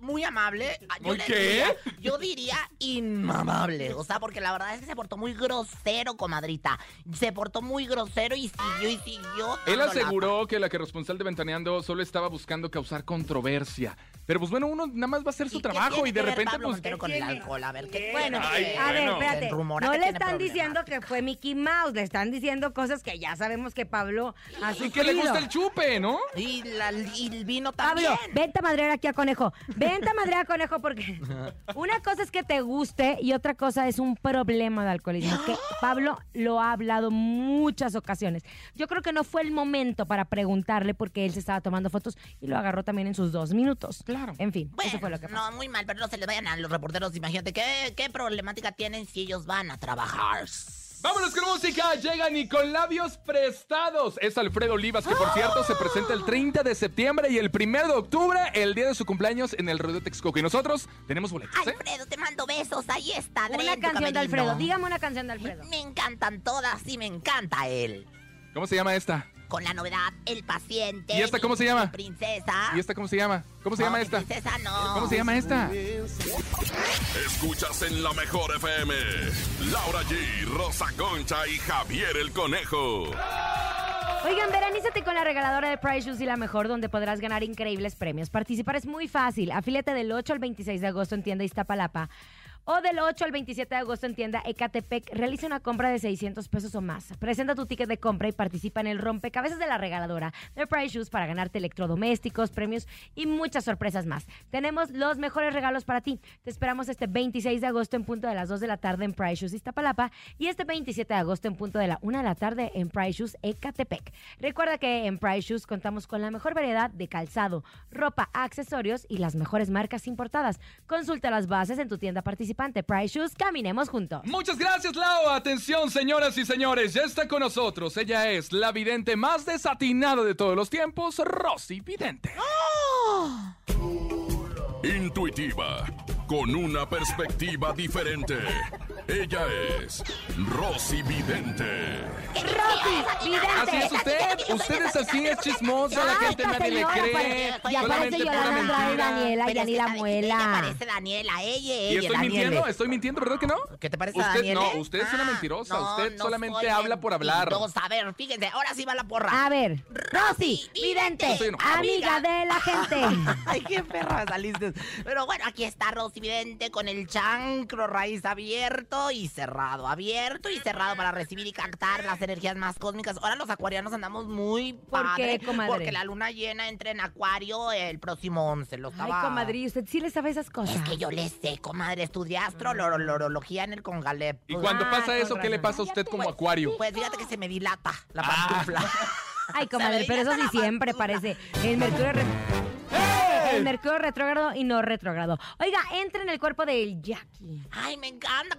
Speaker 4: muy amable. Ah, Yo
Speaker 5: ¿Muy
Speaker 4: le
Speaker 5: qué?
Speaker 4: diría- yo diría inmamable, o sea, porque la verdad es que se portó muy grosero, comadrita. Se portó muy grosero y siguió y siguió.
Speaker 5: Él
Speaker 4: dando lata.
Speaker 5: aseguró que la que responsable de Ventaneando solo estaba buscando causar controversia. Pero pues bueno, uno nada más va a hacer su trabajo
Speaker 4: tiene
Speaker 5: y de
Speaker 4: que ver
Speaker 5: repente
Speaker 4: Pablo
Speaker 5: pues...
Speaker 4: Montero con el alcohol? A ver, ¿qué
Speaker 3: Bueno,
Speaker 5: Ay,
Speaker 3: a ver,
Speaker 5: bueno.
Speaker 3: espérate.
Speaker 4: Se rumora
Speaker 3: No
Speaker 4: que
Speaker 3: le
Speaker 4: tiene
Speaker 3: están
Speaker 4: problemas.
Speaker 3: diciendo que fue Mickey Mouse, le están diciendo cosas que ya sabemos que Pablo ha
Speaker 5: Y pues, que le
Speaker 3: sufrido.
Speaker 5: gusta el Ah, chupe, ¿no?
Speaker 4: Y, la- y el vino también.
Speaker 3: Pablo, vente a madrear aquí a Conejo. Vente a madrear a Conejo porque una cosa es que te guste y otra cosa es un problema de alcoholismo. Que Pablo lo ha hablado muchas ocasiones. Yo creo que no fue el momento para preguntarle porque él se estaba tomando fotos y lo agarró también en sus dos minutos. Claro. En fin, eso fue lo que pasó.
Speaker 4: No, muy mal, pero no se le vayan a los reporteros. Imagínate qué, qué problemática tienen si ellos van a trabajar.
Speaker 5: Vámonos con música, llegan y con labios prestados. Es Alfredo Olivas, que por cierto se presenta el 30 de septiembre y el 1 de octubre, el día de su cumpleaños en el Rodeo Texcoco. Y nosotros tenemos boletos, ¿eh?
Speaker 4: Alfredo, te mando besos. Ahí está, Adrián,
Speaker 3: Una
Speaker 4: tu
Speaker 3: canción de
Speaker 4: camerino.
Speaker 3: Alfredo. Dígame una canción de Alfredo.
Speaker 4: Me encantan todas y me encanta él.
Speaker 5: ¿Cómo se llama esta?
Speaker 4: Con la novedad, el paciente.
Speaker 5: ¿Y esta cómo se llama?
Speaker 4: Princesa.
Speaker 5: ¿Y esta cómo se llama? ¿Cómo se
Speaker 4: No,
Speaker 5: llama
Speaker 4: mi
Speaker 5: esta?
Speaker 4: Princesa no.
Speaker 5: ¿Cómo se llama esta?
Speaker 6: Escuchas en la mejor FM. Laura G, Rosa Concha y Javier el Conejo.
Speaker 3: Oigan, veranízate con la regaladora de Price Shoes y la mejor, donde podrás ganar increíbles premios. Participar es muy fácil. Afílate del 8 al 26 de agosto en tienda Iztapalapa o del 8 al 27 de agosto en tienda Ecatepec. Realiza una compra de 600 pesos o más. Presenta tu ticket de compra y participa en el rompecabezas de la regaladora de Price Shoes para ganarte electrodomésticos, premios y muchas sorpresas más. Tenemos los mejores regalos para ti. Te esperamos este 26 de agosto en punto de las 2 de la tarde en Price Shoes Iztapalapa y este 27 de agosto en punto de la 1 de la tarde en Price Shoes Ecatepec. Recuerda que en Price Shoes contamos con la mejor variedad de calzado, ropa, accesorios y las mejores marcas importadas. Consulta las bases en tu tienda participante. Price Shoes, caminemos juntos.
Speaker 5: Muchas gracias, Lau. Atención, señoras y señores. Ya está con nosotros. Ella es la vidente más desatinada de todos los tiempos, Rosy Vidente.
Speaker 6: ¡Ah! Intuitiva, con una perspectiva diferente. Ella es Rosy Vidente.
Speaker 3: ¡Rosy!
Speaker 5: Así es usted. Usted es así, es chismosa. La gente
Speaker 3: Basta,
Speaker 5: nadie le
Speaker 3: señora,
Speaker 5: cree.
Speaker 3: pues, ya parece
Speaker 5: Solamente pura
Speaker 3: Yolanda Andrade,
Speaker 5: mentira.
Speaker 3: Daniela,
Speaker 4: Pero es que
Speaker 3: Yanira
Speaker 4: está bien chiquita,
Speaker 3: Muela.
Speaker 4: Parece Daniela, ella,
Speaker 5: Y
Speaker 4: ella,
Speaker 5: estoy
Speaker 4: Daniele.
Speaker 5: mintiendo, estoy mintiendo, ¿verdad que no?
Speaker 4: ¿Qué te parece,
Speaker 5: usted,
Speaker 4: Daniele? Ah,
Speaker 5: No, usted es una mentirosa.
Speaker 4: No,
Speaker 5: usted
Speaker 4: no
Speaker 5: solamente
Speaker 4: soy
Speaker 5: habla por hablar.
Speaker 4: mentirosa. A ver, fíjense, ahora sí va la porra.
Speaker 3: A ver, Rosy, vidente,
Speaker 4: Estoy enojado.
Speaker 3: amiga de la gente.
Speaker 4: Ay, qué perra saliste. Pero bueno, aquí está Rosy Vidente con el chancro raíz abierto y cerrado, abierto y cerrado para recibir y captar las energías más cósmicas. Ahora los acuarianos andamos muy
Speaker 3: ¿Por
Speaker 4: padre,
Speaker 3: qué, comadre?
Speaker 4: porque la luna llena entra en acuario el próximo 11, lo
Speaker 3: Ay,
Speaker 4: estaba...
Speaker 3: comadre, Ah. usted sí le sabe esas cosas.
Speaker 4: Que yo le sé, comadre, estudié astrología en el Congalep.
Speaker 5: Y cuando pasa eso, ¿qué le pasa a usted como acuario?
Speaker 4: Pues fíjate que se me dilata la pantufla.
Speaker 3: Ay, comadre, pero eso sí siempre parece. El Mercurio, re-
Speaker 4: ¡Eh!
Speaker 3: el Mercurio retrógrado y no retrógrado. Oiga, entra en el cuerpo del Jackie.
Speaker 4: Ay, me encanta.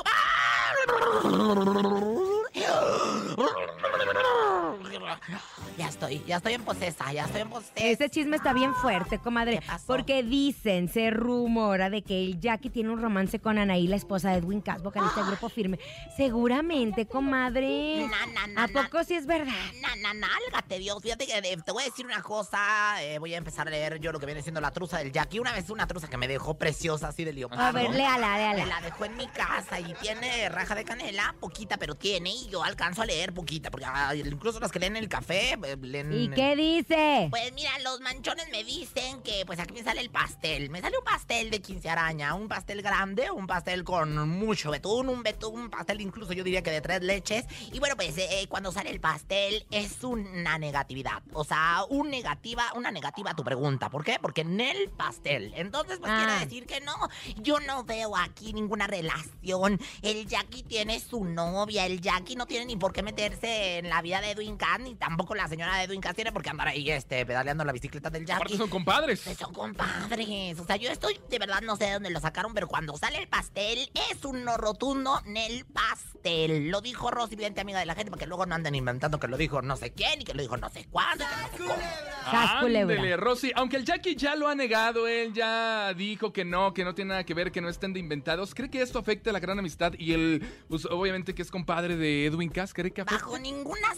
Speaker 4: Ya estoy, ya estoy en posesa, ya estoy en posesa.
Speaker 3: Este chisme está bien fuerte, comadre. Porque dicen, se rumora de que el Jackie tiene un romance con Anaí, la esposa de Edwin Cass, vocalista de Grupo Firme. Seguramente, comadre.
Speaker 4: Na, na, na,
Speaker 3: ¿A poco sí es verdad?
Speaker 4: Na, na, nálgate, Dios. Fíjate que eh, te voy a decir una cosa. eh, voy a empezar a leer yo lo que viene siendo la truza del Jackie. Una vez una truza que me dejó preciosa así de leopardo.
Speaker 3: A ver, léala, léala.
Speaker 4: Me la dejó en mi casa y tiene raja de canela, poquita, pero tiene. Y yo alcanzo a leer poquita, porque ah, incluso las que leen el café, eh, leen...
Speaker 3: ¿Y qué dice?
Speaker 4: Pues mira, los manchones me dicen que pues aquí me sale el pastel. Me sale un pastel de quince araña, un pastel grande, un pastel con mucho betún, un betún, un pastel incluso yo diría que de tres leches. Y bueno, pues eh, eh, cuando sale el pastel es una negatividad. O sea, un negativa, una negativa a tu pregunta. ¿Por qué? Porque en el pastel. Entonces, pues
Speaker 3: Ah.
Speaker 4: quiere decir que no. Yo no veo aquí ninguna relación. El Jackie tiene su novia. El Jackie no tiene ni por qué meterse en la vida de Edwin Cass, ni tampoco la señora de Edwin Cass tiene por qué andar ahí este, pedaleando la bicicleta del Jackie.
Speaker 5: Aparte son compadres.
Speaker 4: Pues son compadres. O sea, yo estoy de verdad no sé de dónde lo sacaron, pero cuando sale el pastel, es un no rotundo en el pastel. Lo dijo Rosy, evidente amiga de la gente, para que luego no anden inventando que lo dijo no sé quién y que lo dijo no sé cuándo. y que no sé cómo.
Speaker 3: Sas culebra.
Speaker 5: Ándele, Rosy. Aunque el Jackie ya lo ha negado, él ya dijo que no, que no tiene nada que ver, que no estén de inventados. ¿Cree que esto afecta la gran amistad y el, pues obviamente que es compadre de Edwin Cascare Café.
Speaker 4: Bajo ninguna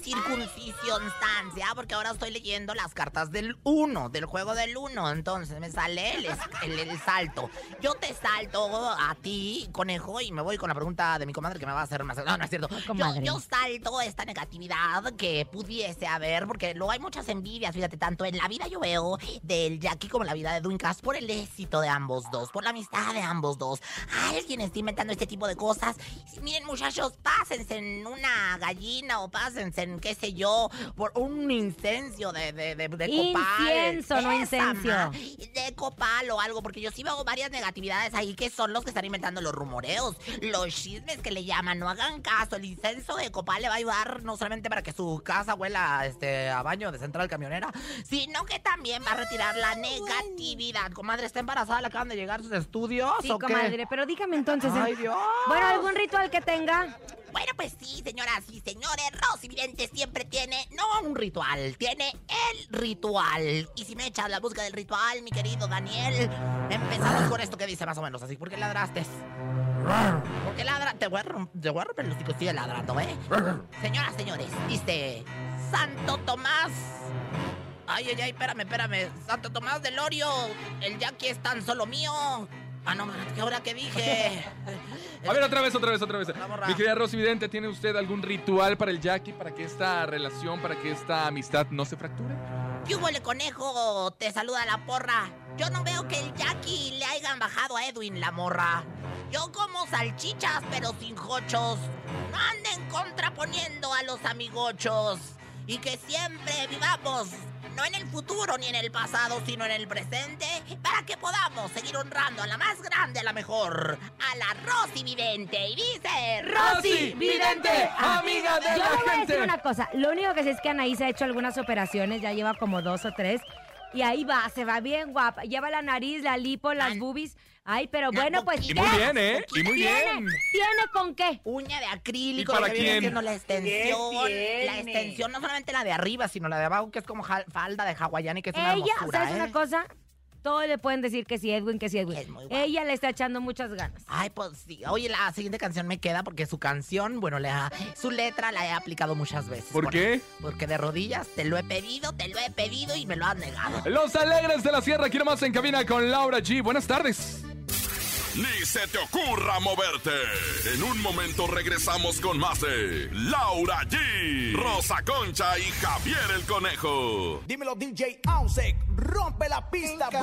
Speaker 4: circunstancia, ¿ah? porque ahora estoy leyendo las cartas del 1, del juego del 1. Entonces me sale el, es- el- el salto. Yo te salto a ti, conejo, y me voy con la pregunta de mi comadre que me va a hacer más. No, no es cierto. Yo,
Speaker 3: Comadre.
Speaker 4: yo salto esta negatividad que pudiese haber, porque luego hay muchas envidias, fíjate, tanto en la vida yo veo del Jackie como en la vida de Edwin Cass por el éxito de ambos dos, por la amistad de ambos dos. Alguien está inventando este tipo de cosas Miren, muchachos, pásense en una gallina o pásense en qué sé yo, por un incencio de, de, de, de copal.
Speaker 3: Incienso, no
Speaker 4: Esa,
Speaker 3: incencio.
Speaker 4: ma, De copal o algo, porque yo sí veo varias negatividades ahí que son los que están inventando los rumoreos, los chismes que le llaman. No hagan caso, el incenso de copal le va a ayudar no solamente para que su casa huela este, a baño de central camionera, sino que también va a retirar
Speaker 3: Ah,
Speaker 4: la negatividad. Comadre, está embarazada, le acaban de llegar sus estudios.
Speaker 3: Sí,
Speaker 4: ¿o qué?
Speaker 3: comadre, pero dígame entonces.
Speaker 4: Ay,
Speaker 3: ¿eh?
Speaker 4: Dios.
Speaker 3: Bueno, ¿algún ritual que tenga?
Speaker 4: Bueno, pues sí, señoras y señores, Rosy Vidente siempre tiene, no un ritual, tiene el ritual. Y si me echas la busca del ritual, mi querido Daniel, empezamos con esto que dice más o menos así. ¿Por qué ladraste? ¿Por qué ladra? Te voy a, rom- te voy a romper los hocico, sigue ladrando, ¿eh? Señoras, señores, dice Santo Tomás. Ay, ay, ay, espérame, espérame. Santo Tomás del Orio, el Jackie es tan solo mío. Ah, no, ¿qué hora que dije?
Speaker 5: A ver, otra vez, otra vez, otra vez. Mi querida Rosy Vidente, ¿tiene usted algún ritual para el Jackie, para que esta relación, para que esta amistad no se fracture?
Speaker 4: ¿Qué hubo, le conejo? Te saluda la porra. Yo no veo que el Jackie le hayan bajado a Edwin la morra. Yo como salchichas, pero sin jochos. No anden contraponiendo a los amigochos. Y que siempre vivamos, no en el futuro ni en el pasado, sino en el presente, para que podamos seguir honrando a la más grande, a la mejor, a la Rosy Vidente. Y dice...
Speaker 3: Rosy
Speaker 5: Vidente, amiga de
Speaker 3: Yo
Speaker 5: la
Speaker 3: le voy a decir
Speaker 5: gente.
Speaker 3: una cosa. Lo único que sé es que Anaí se ha hecho algunas operaciones, ya lleva como dos o tres. Y ahí va, se va bien guapa. Lleva la nariz, la lipo, las boobies. Ay, pero bueno, pues.
Speaker 5: Y muy
Speaker 3: ¿qué?
Speaker 5: bien, ¿eh? Y muy
Speaker 3: ¿Tiene-
Speaker 5: bien.
Speaker 3: ¿Tiene con qué?
Speaker 4: Uña de
Speaker 5: ¿Y
Speaker 4: acrílico,
Speaker 5: para
Speaker 4: lo que viene
Speaker 5: quién?
Speaker 4: siendo la extensión.
Speaker 3: ¿Qué
Speaker 4: La
Speaker 3: tiene?
Speaker 4: extensión, no solamente la de arriba, sino la de abajo, que es como ja- falda de hawaiana y que es una
Speaker 3: Ella,
Speaker 4: hermosura,
Speaker 3: ¿sabes
Speaker 4: ¿eh?
Speaker 3: una cosa? Todos le pueden decir que sí, Edwin, que sí, Edwin. Ella le está echando muchas ganas.
Speaker 4: Ay, pues sí. Oye, la siguiente canción me queda porque su canción, bueno, le ha- su letra la he aplicado muchas veces.
Speaker 5: ¿Por qué?
Speaker 4: Porque de rodillas te lo he pedido, te lo he pedido y me lo han negado.
Speaker 5: Los Alegres de la Sierra, aquí nomás en cabina con Laura G. Buenas tardes.
Speaker 6: Ni se te ocurra moverte. En un momento regresamos con más de Laura G, Rosa Concha y Javier el Conejo.
Speaker 1: Dímelo DJ Ausek, rompe la pista, en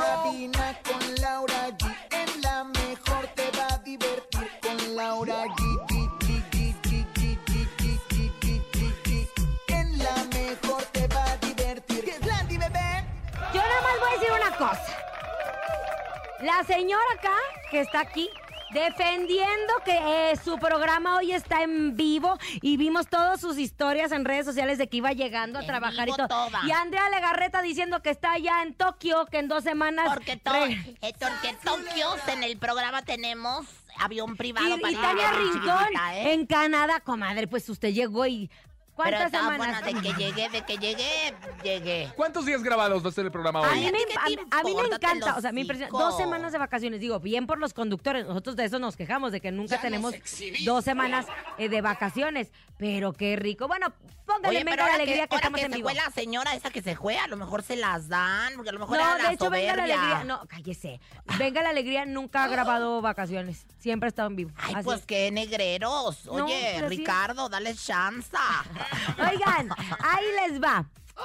Speaker 1: Cabina con Laura G, en la mejor te va a divertir con Laura G. G, G, G, G, G, G, G, G, G, G, G. En la mejor te va a divertir. ¿Qué plan, di, bebé?
Speaker 3: Yo nada más voy a decir una cosa. La señora acá, que está aquí, defendiendo que eh, su programa hoy está en vivo y vimos todas sus historias en redes sociales de que iba llegando a
Speaker 4: En
Speaker 3: trabajar y todo.
Speaker 4: vivo toda.
Speaker 3: Y Andrea Legarreta diciendo que está allá en Tokio, que en dos semanas...
Speaker 4: Porque, to-
Speaker 3: re-
Speaker 4: eh, porque Tokios en el programa tenemos avión privado
Speaker 3: y, y
Speaker 4: para ir a
Speaker 3: Tania
Speaker 4: ver
Speaker 3: Rincón
Speaker 4: chiquitita, ¿eh?
Speaker 3: en Canadá, comadre, pues usted llegó y...
Speaker 4: Pero
Speaker 3: ¿Cuántas
Speaker 4: está
Speaker 3: semanas?
Speaker 4: buena, de que llegué, de que llegué, llegué.
Speaker 5: ¿Cuántos días grabados va a ser el programa
Speaker 3: A
Speaker 5: hoy?
Speaker 3: mí, me,
Speaker 4: ¿a ti qué te
Speaker 3: a- a mí me
Speaker 4: importa? Te
Speaker 3: encanta,
Speaker 4: lo
Speaker 3: o sea, me impresiona.
Speaker 4: cico.
Speaker 3: Dos semanas de vacaciones, digo, bien por los conductores. Nosotros de eso nos quejamos, de que nunca tenemos dos semanas eh, de vacaciones. Pero qué rico. Bueno, póngale
Speaker 4: Oye, pero
Speaker 3: venga la
Speaker 4: ahora
Speaker 3: alegría que,
Speaker 4: ahora
Speaker 3: estamos
Speaker 4: que
Speaker 3: en
Speaker 4: se
Speaker 3: vivo.
Speaker 4: fue la señora esa que se fue, a lo mejor se las dan, porque a lo mejor
Speaker 3: No,
Speaker 4: era la
Speaker 3: de hecho, venga la
Speaker 4: soberbia.
Speaker 3: alegría. No, cállese. Venga la alegría, nunca ha grabado vacaciones. Siempre ha estado en vivo.
Speaker 4: Ay,
Speaker 3: Así
Speaker 4: pues
Speaker 3: es.
Speaker 4: qué negreros.
Speaker 3: No,
Speaker 4: Oye,
Speaker 3: pero sí.
Speaker 4: Ricardo, dale chance.
Speaker 3: Oigan, ahí les va.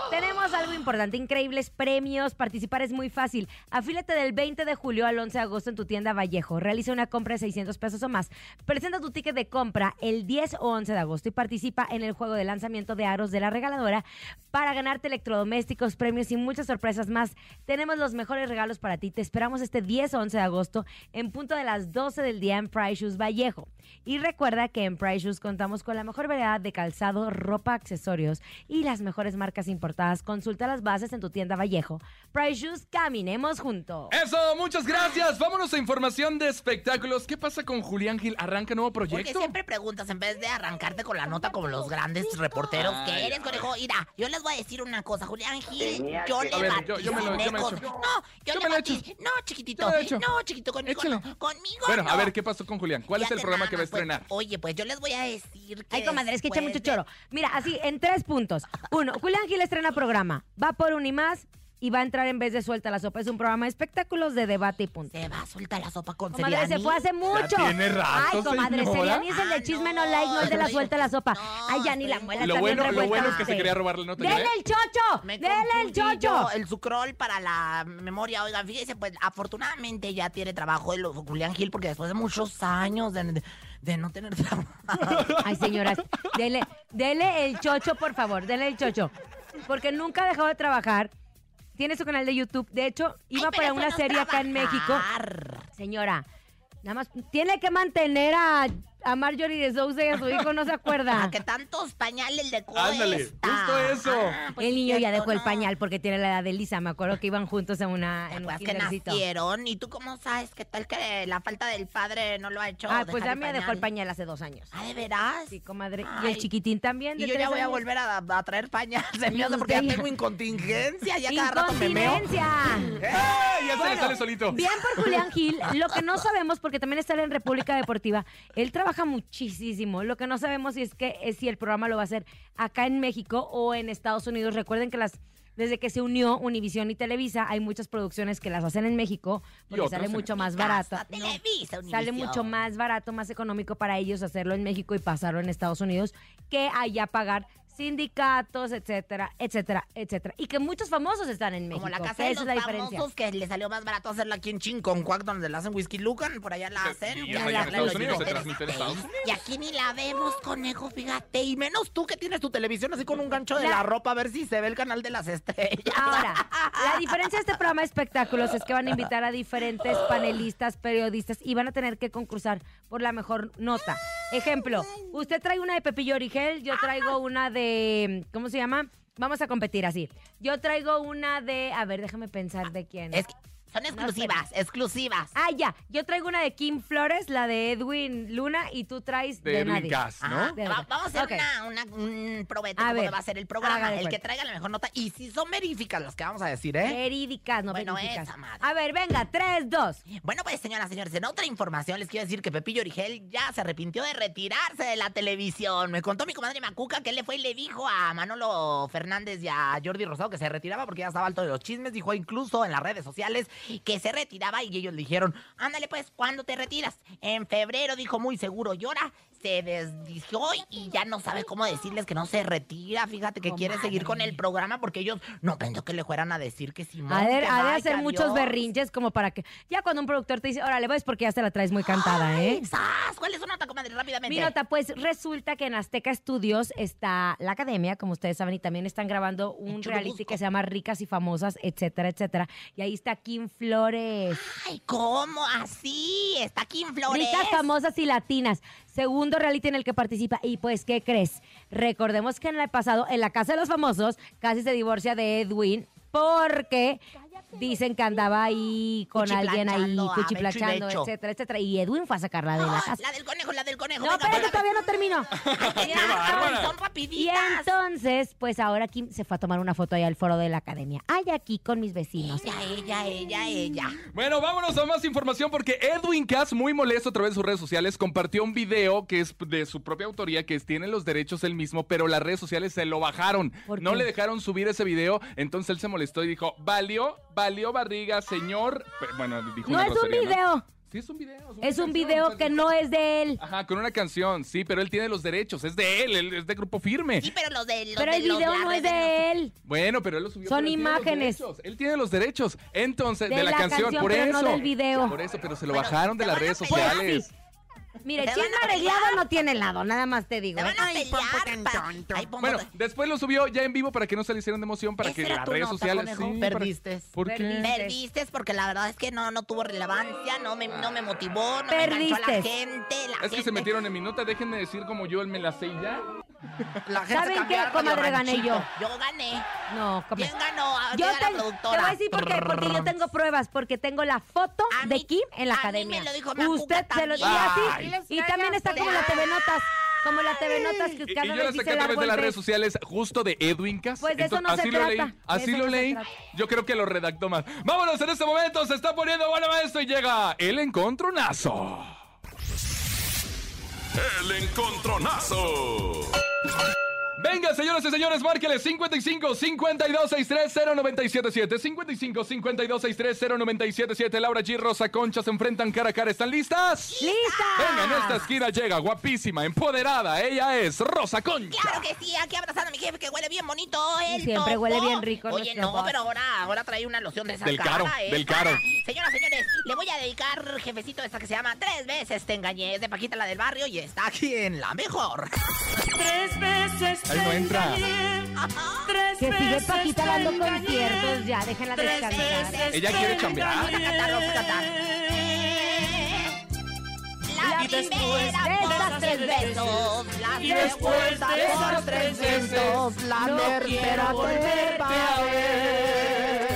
Speaker 3: Tenemos algo importante, increíbles premios. Participar es muy fácil. Afílate del 20 de julio al 11 de agosto en tu tienda Vallejo. Realiza una compra de 600 pesos o más. Presenta tu ticket de compra el 10 o 11 de agosto y participa en el juego de lanzamiento de aros de la regaladora para ganarte electrodomésticos, premios y muchas sorpresas más. Tenemos los mejores regalos para ti. Te esperamos este 10 o 11 de agosto en punto de las 12 del día en Price Shoes Vallejo. Y recuerda que en Price Shoes contamos con la mejor variedad de calzado, ropa, accesorios y las mejores marcas importadas. Consulta las bases en tu tienda Vallejo. Price Shoes, caminemos juntos.
Speaker 5: Eso, muchas gracias. Vámonos a información de espectáculos. ¿Qué pasa con Julián Gil? ¿Arranca nuevo
Speaker 4: Porque
Speaker 5: proyecto?
Speaker 4: siempre preguntas, en vez de arrancarte con la nota como los grandes reporteros
Speaker 5: Ay,
Speaker 4: que eres, conejo. Mira, yo les voy a decir una cosa, Julián Gil,
Speaker 5: Tenía
Speaker 4: yo
Speaker 5: que-
Speaker 4: le
Speaker 5: A ver, yo- yo me lo- yo me
Speaker 4: vaticiné
Speaker 5: echo.
Speaker 4: cosas. No, yo
Speaker 5: me la eches.
Speaker 4: No, chiquitito.
Speaker 5: Ya me la echo.
Speaker 4: No, chiquito, con,
Speaker 5: Échale.
Speaker 4: con- conmigo.
Speaker 5: Bueno, a
Speaker 4: no.
Speaker 5: ver, ¿qué pasó con Julián? ¿Cuál
Speaker 4: Ya
Speaker 5: es el
Speaker 4: te
Speaker 5: programa que va a
Speaker 4: mamas, pues.
Speaker 5: estrenar?
Speaker 4: Oye, pues yo les voy a decir que.
Speaker 3: Ay, comadre, es que echa mucho
Speaker 4: después
Speaker 3: choro. Mira, así, en tres puntos. Uno, Julián Gil estrena programa. Va por un y más y va a entrar en vez de Suelta la Sopa. Es un programa de espectáculos, de debate y punto.
Speaker 4: Se va a soltar la sopa con
Speaker 3: Comadre, se
Speaker 4: Seriani.
Speaker 3: fue hace mucho.
Speaker 5: tiene rato,
Speaker 3: Ay, comadre,
Speaker 5: señora.
Speaker 3: Seriani es el de chisme no like, no el de la Suelta la Sopa. Ay, ya ni la muela
Speaker 5: Lo
Speaker 3: también
Speaker 5: bueno, lo bueno es que
Speaker 3: revuelta.
Speaker 5: se quería robar la nota.
Speaker 3: ¡Dele
Speaker 5: ¿eh?
Speaker 3: el chocho!
Speaker 4: Me
Speaker 3: ¡Dele el
Speaker 4: confundí
Speaker 3: chocho!
Speaker 4: yo, El sucrol para la memoria. Oigan, fíjense, pues afortunadamente ya tiene trabajo el Julián Gil, porque después de muchos años de, de- de no tener trabajo.
Speaker 3: Ay, señoras, dele, dele el chocho, por favor, dele el chocho. Porque nunca ha dejado de trabajar. Tiene su canal de YouTube. De hecho, iba
Speaker 4: pero
Speaker 3: para
Speaker 4: eso
Speaker 3: una
Speaker 4: no es
Speaker 3: serie acá en México.
Speaker 4: trabajar.
Speaker 3: Señora, nada más tiene que mantener a, a Marjorie de Sousa y a su hijo, no se acuerda.
Speaker 4: Ah, Que tantos pañales Ah, de cola.
Speaker 5: Ándale, justo eso.
Speaker 4: pues
Speaker 3: el niño ya dejó el pañal porque tiene la edad de Lisa. Me acuerdo que iban juntos en una en un
Speaker 4: Pues que
Speaker 3: kindercito.
Speaker 4: nacieron. ¿Y tú cómo sabes que tal que la falta del padre no lo ha hecho?
Speaker 3: Ah, pues
Speaker 4: dejar
Speaker 3: ya me dejó el pañal hace dos años.
Speaker 4: Ah, ¿de veras?
Speaker 3: Sí, comadre. Y
Speaker 4: Ay.
Speaker 3: el chiquitín también.
Speaker 4: Y
Speaker 3: de
Speaker 4: yo ya
Speaker 3: tres
Speaker 4: voy a
Speaker 3: años.
Speaker 4: volver a, a traer pañal. Se me hace porque ya
Speaker 3: usted ya.
Speaker 4: tengo incontingencia. Ya cada rato me meo.
Speaker 3: ¡Incontinencia!
Speaker 5: ¡Eh! Ya se le
Speaker 3: Bueno,
Speaker 5: sale solito.
Speaker 3: Bien por Julián Gil. Lo que no sabemos, porque también está en República Deportiva, él trabaja muchísimo. Lo que no sabemos si es que es si el programa lo va a hacer acá en México o en Estados Unidos. Recuerden que las desde que se unió Univisión y Televisa, hay muchas producciones que las hacen en México porque
Speaker 4: otras
Speaker 3: sale
Speaker 4: en
Speaker 3: mucho más
Speaker 4: Mi casa,
Speaker 3: barato. No,
Speaker 4: Televisa,
Speaker 3: Sale
Speaker 4: Univisión.
Speaker 3: mucho más barato, más económico para ellos hacerlo en México y pasarlo en Estados Unidos que allá pagar sindicatos, etcétera, etcétera, etcétera. Y que muchos famosos están en México.
Speaker 4: Como la casa
Speaker 3: que
Speaker 4: de
Speaker 3: esa
Speaker 4: los
Speaker 3: es la diferencia.
Speaker 4: famosos que le salió más barato hacerla aquí en Chinconcuac, donde la hacen Whisky Lucan, por allá la hacen.
Speaker 5: Y allá
Speaker 4: la-
Speaker 5: en Estados
Speaker 4: la-
Speaker 5: Unidos se
Speaker 4: pero-
Speaker 5: transmite en Estados Unidos.
Speaker 4: Y aquí ni la vemos, conejo, fíjate. Y menos tú que tienes tu televisión así con un gancho de
Speaker 3: La-
Speaker 4: la ropa a ver si se ve el canal de las estrellas.
Speaker 3: Ahora, la diferencia de este programa de espectáculos es que van a invitar a diferentes panelistas, periodistas y van a tener que concursar por la mejor nota. Ejemplo, usted trae una de Pepillo Origel, yo traigo una de. ¿Cómo se llama? Vamos a competir así. Yo traigo una de. A ver, déjame pensar de quién.
Speaker 4: Es que son exclusivas, exclusivas.
Speaker 3: Ah, ya. Yo traigo una de Kim Flores, la de Edwin Luna y tú traes
Speaker 5: De
Speaker 3: de,
Speaker 5: Edwin
Speaker 3: nadie.
Speaker 5: Cass, ¿no?
Speaker 4: Ajá.
Speaker 3: De
Speaker 4: Va-
Speaker 3: verdad.
Speaker 4: vamos a hacer
Speaker 3: Ok.
Speaker 4: una, una- un proveto
Speaker 3: A
Speaker 4: cómo
Speaker 3: ver,
Speaker 4: va a ser el programa.
Speaker 3: hágale,
Speaker 4: El que
Speaker 3: pues.
Speaker 4: traiga la mejor nota. Y si son veríficas las que vamos a decir, ¿eh?
Speaker 3: Verídicas, no
Speaker 4: Bueno,
Speaker 3: verídicas.
Speaker 4: esa madre.
Speaker 3: A ver, venga, tres, dos.
Speaker 4: Bueno, pues, señoras, señores, en otra información les quiero decir que Pepillo Origel ya se arrepintió de retirarse de la televisión. Me contó mi comadre Macuca que él le fue y le dijo a Manolo Fernández y a Jordi Rosado que se retiraba porque ya estaba alto de los chismes. Dijo incluso en las redes sociales que se retiraba y ellos le dijeron, ándale pues, ¿cuándo te retiras? En febrero dijo muy seguro, llora, se desdijo y ya no sabe cómo decirles que no se retira. Fíjate que quiere seguir con el programa porque ellos no pensó que le fueran a decir que Simón.
Speaker 3: Ha de,
Speaker 4: que
Speaker 3: ha de
Speaker 4: bye,
Speaker 3: hacer
Speaker 4: que
Speaker 3: muchos
Speaker 4: adiós.
Speaker 3: berrinches como para que... Ya cuando un productor te dice, órale, ves porque ya se la traes muy cantada, ¿eh?
Speaker 4: ¡Sas! ¿Cuál es su nota, comadre? Rápidamente.
Speaker 3: Mi nota, pues resulta que en Azteca Studios está la academia, como ustedes saben, y también están grabando un
Speaker 4: Yo lo
Speaker 3: reality
Speaker 4: busco.
Speaker 3: que se llama Ricas y Famosas, etcétera, etcétera. Y ahí está Kim Flores.
Speaker 4: Ay, ¿cómo así? Está Kim Flores.
Speaker 3: Ricas, famosas y latinas. Segundo reality en el que participa. Y pues, ¿qué crees? Recordemos que en el pasado, en la Casa de los Famosos, casi se divorcia de Edwin porque dicen que andaba ahí con alguien ahí,
Speaker 4: Cuchiplachando a Becho ah, y
Speaker 3: cuchiplachando,
Speaker 4: Becho.
Speaker 3: etcétera, etcétera. Y Edwin fue a sacarla de la
Speaker 4: Ay,
Speaker 3: casa.
Speaker 4: La del conejo, la del conejo.
Speaker 3: No,
Speaker 4: venga,
Speaker 3: espérate, todavía
Speaker 4: venga,
Speaker 3: no termino.
Speaker 4: venga,
Speaker 3: Y
Speaker 4: venga,
Speaker 3: entonces-
Speaker 4: Son
Speaker 3: Y
Speaker 4: rapiditas.
Speaker 3: entonces, pues ahora Kim se fue a tomar una foto allá al foro de la academia. Ay, aquí con mis vecinos.
Speaker 4: Ella, ella, ella, ella.
Speaker 5: Bueno, vámonos a más información porque Edwin Cass, muy molesto a través de sus redes sociales, compartió un video que es de su propia autoría, que tiene los derechos él mismo, pero las redes sociales se lo bajaron.
Speaker 3: ¿Por
Speaker 5: No
Speaker 3: qué?
Speaker 5: le dejaron subir ese video, entonces él se molestó y dijo, valió, valió barriga, señor. Pero, bueno, dijo
Speaker 3: No
Speaker 5: una
Speaker 3: es un
Speaker 5: grosería, ¿no?
Speaker 3: video,
Speaker 5: Sí, es un video. una
Speaker 3: es un
Speaker 5: canción,
Speaker 3: video
Speaker 5: o sea,
Speaker 3: que no es de él.
Speaker 5: Ajá, con una canción, sí, pero él tiene los derechos, es de él, él es de grupo firme.
Speaker 4: Sí, pero los de los
Speaker 3: Pero
Speaker 4: de
Speaker 3: el
Speaker 4: los
Speaker 3: video
Speaker 4: las
Speaker 3: no es
Speaker 4: redes
Speaker 3: de él.
Speaker 5: Bueno, pero él lo subió.
Speaker 3: Son
Speaker 5: pero él tiene los
Speaker 3: imágenes.
Speaker 5: derechos, Él tiene los derechos. Entonces, de, la, canción, por
Speaker 3: pero no
Speaker 5: eso.
Speaker 3: del video.
Speaker 5: Por eso, pero se lo
Speaker 4: Bueno,
Speaker 5: bajaron de
Speaker 4: te
Speaker 5: las
Speaker 4: van a
Speaker 5: redes
Speaker 4: pelear.
Speaker 5: sociales.
Speaker 3: Mire,
Speaker 4: Te van
Speaker 3: chisme
Speaker 4: a pelear.
Speaker 3: arreglado no tiene lado, nada más te digo.
Speaker 4: Te
Speaker 3: ¿eh?
Speaker 4: van a pelear. pa- Ay, pombo,
Speaker 5: Bueno, después lo subió ya en vivo para que no se le hicieran de emoción, para
Speaker 4: Esa
Speaker 5: que
Speaker 4: era
Speaker 5: las
Speaker 4: tu
Speaker 5: redes
Speaker 4: nota,
Speaker 5: sociales.
Speaker 4: conejo.
Speaker 5: sí, para-
Speaker 4: Perdiste.
Speaker 5: ¿Por qué?
Speaker 3: Perdiste.
Speaker 4: Perdiste porque la verdad es que no, no tuvo relevancia, no me, no me motivó, no me enganchó a la
Speaker 3: Perdiste.
Speaker 4: gente. La
Speaker 5: Es que
Speaker 4: gente-
Speaker 5: se metieron en mi nota, déjenme decir como yo, él me la sé y ya.
Speaker 4: la gente
Speaker 3: ¿Saben
Speaker 4: se cambiaba
Speaker 3: qué,
Speaker 4: de
Speaker 3: comadre? Gané
Speaker 4: ranchito. Yo gané.
Speaker 3: No, come.
Speaker 4: ¿Quién ganó? Ah,
Speaker 3: Yo
Speaker 4: diga
Speaker 3: tengo-
Speaker 4: la
Speaker 3: te voy
Speaker 4: productora.
Speaker 3: a decir por qué, porque yo tengo pruebas, porque tengo la foto
Speaker 4: A mí-
Speaker 3: de Kim en la
Speaker 4: a mí
Speaker 3: academia.
Speaker 4: me lo dijo Macuca
Speaker 3: Usted se lo
Speaker 4: también.
Speaker 3: y así,
Speaker 5: Ay.
Speaker 3: y también está como la TV Notas. Como la TV Notas que
Speaker 5: Y, y
Speaker 3: Oscar
Speaker 5: yo
Speaker 3: no
Speaker 5: la
Speaker 3: les
Speaker 5: saqué
Speaker 3: dice
Speaker 5: a través
Speaker 3: largo
Speaker 5: de
Speaker 3: el
Speaker 5: las
Speaker 3: pez.
Speaker 5: redes sociales justo de Edwin Cass.
Speaker 3: Pues de eso no
Speaker 5: así
Speaker 3: se
Speaker 5: lo
Speaker 3: trata,
Speaker 5: leí,
Speaker 3: de
Speaker 5: así
Speaker 3: eso
Speaker 5: lo
Speaker 3: no se
Speaker 5: leí.
Speaker 3: trata.
Speaker 5: Yo creo que lo redactó mal. Vámonos, en este momento se está poniendo bueno maestro y llega el encontronazo.
Speaker 6: El encontronazo.
Speaker 5: Venga, señoras y señores, márquenle 55 52 63 0977. 55 52 63 0977. Laura G. Rosa Concha se enfrentan cara a cara. ¿Están listas?
Speaker 3: ¡Listas!
Speaker 5: Venga, en esta esquina llega guapísima, empoderada. Ella es Rosa Concha.
Speaker 4: Claro que sí, aquí abrazando a mi jefe que huele bien bonito. El
Speaker 5: Siempre
Speaker 4: topo.
Speaker 5: huele bien rico
Speaker 4: Oye,
Speaker 5: nuestro
Speaker 4: no,
Speaker 5: boss.
Speaker 4: pero ahora, ahora trae una loción de esa ¿eh?
Speaker 5: Del caro, del caro.
Speaker 4: Señoras, señores, le voy a dedicar, jefecito, esta que se llama Tres veces te engañé. Es de Paquita, la del barrio, y está aquí en la mejor.
Speaker 2: Tres veces
Speaker 5: Ahí no entra.
Speaker 2: Tres
Speaker 3: Que sigue
Speaker 2: veces
Speaker 3: Paquita
Speaker 2: te
Speaker 3: dando
Speaker 2: engañé.
Speaker 3: conciertos ya, déjenla
Speaker 2: Tres
Speaker 3: descansar.
Speaker 2: veces
Speaker 5: Ella quiere
Speaker 2: te
Speaker 5: chambear.
Speaker 2: engañé.
Speaker 4: Vamos a cantar, vamos a cantar. La
Speaker 2: Y después
Speaker 4: primera
Speaker 2: de
Speaker 4: por
Speaker 2: esas
Speaker 4: tres
Speaker 2: tres
Speaker 4: besos.
Speaker 2: veces.
Speaker 4: La
Speaker 2: Y después
Speaker 4: segunda
Speaker 2: de
Speaker 4: por
Speaker 2: esas tres veces.
Speaker 4: La
Speaker 2: No
Speaker 4: tercera
Speaker 2: quiero
Speaker 4: por
Speaker 2: volverte a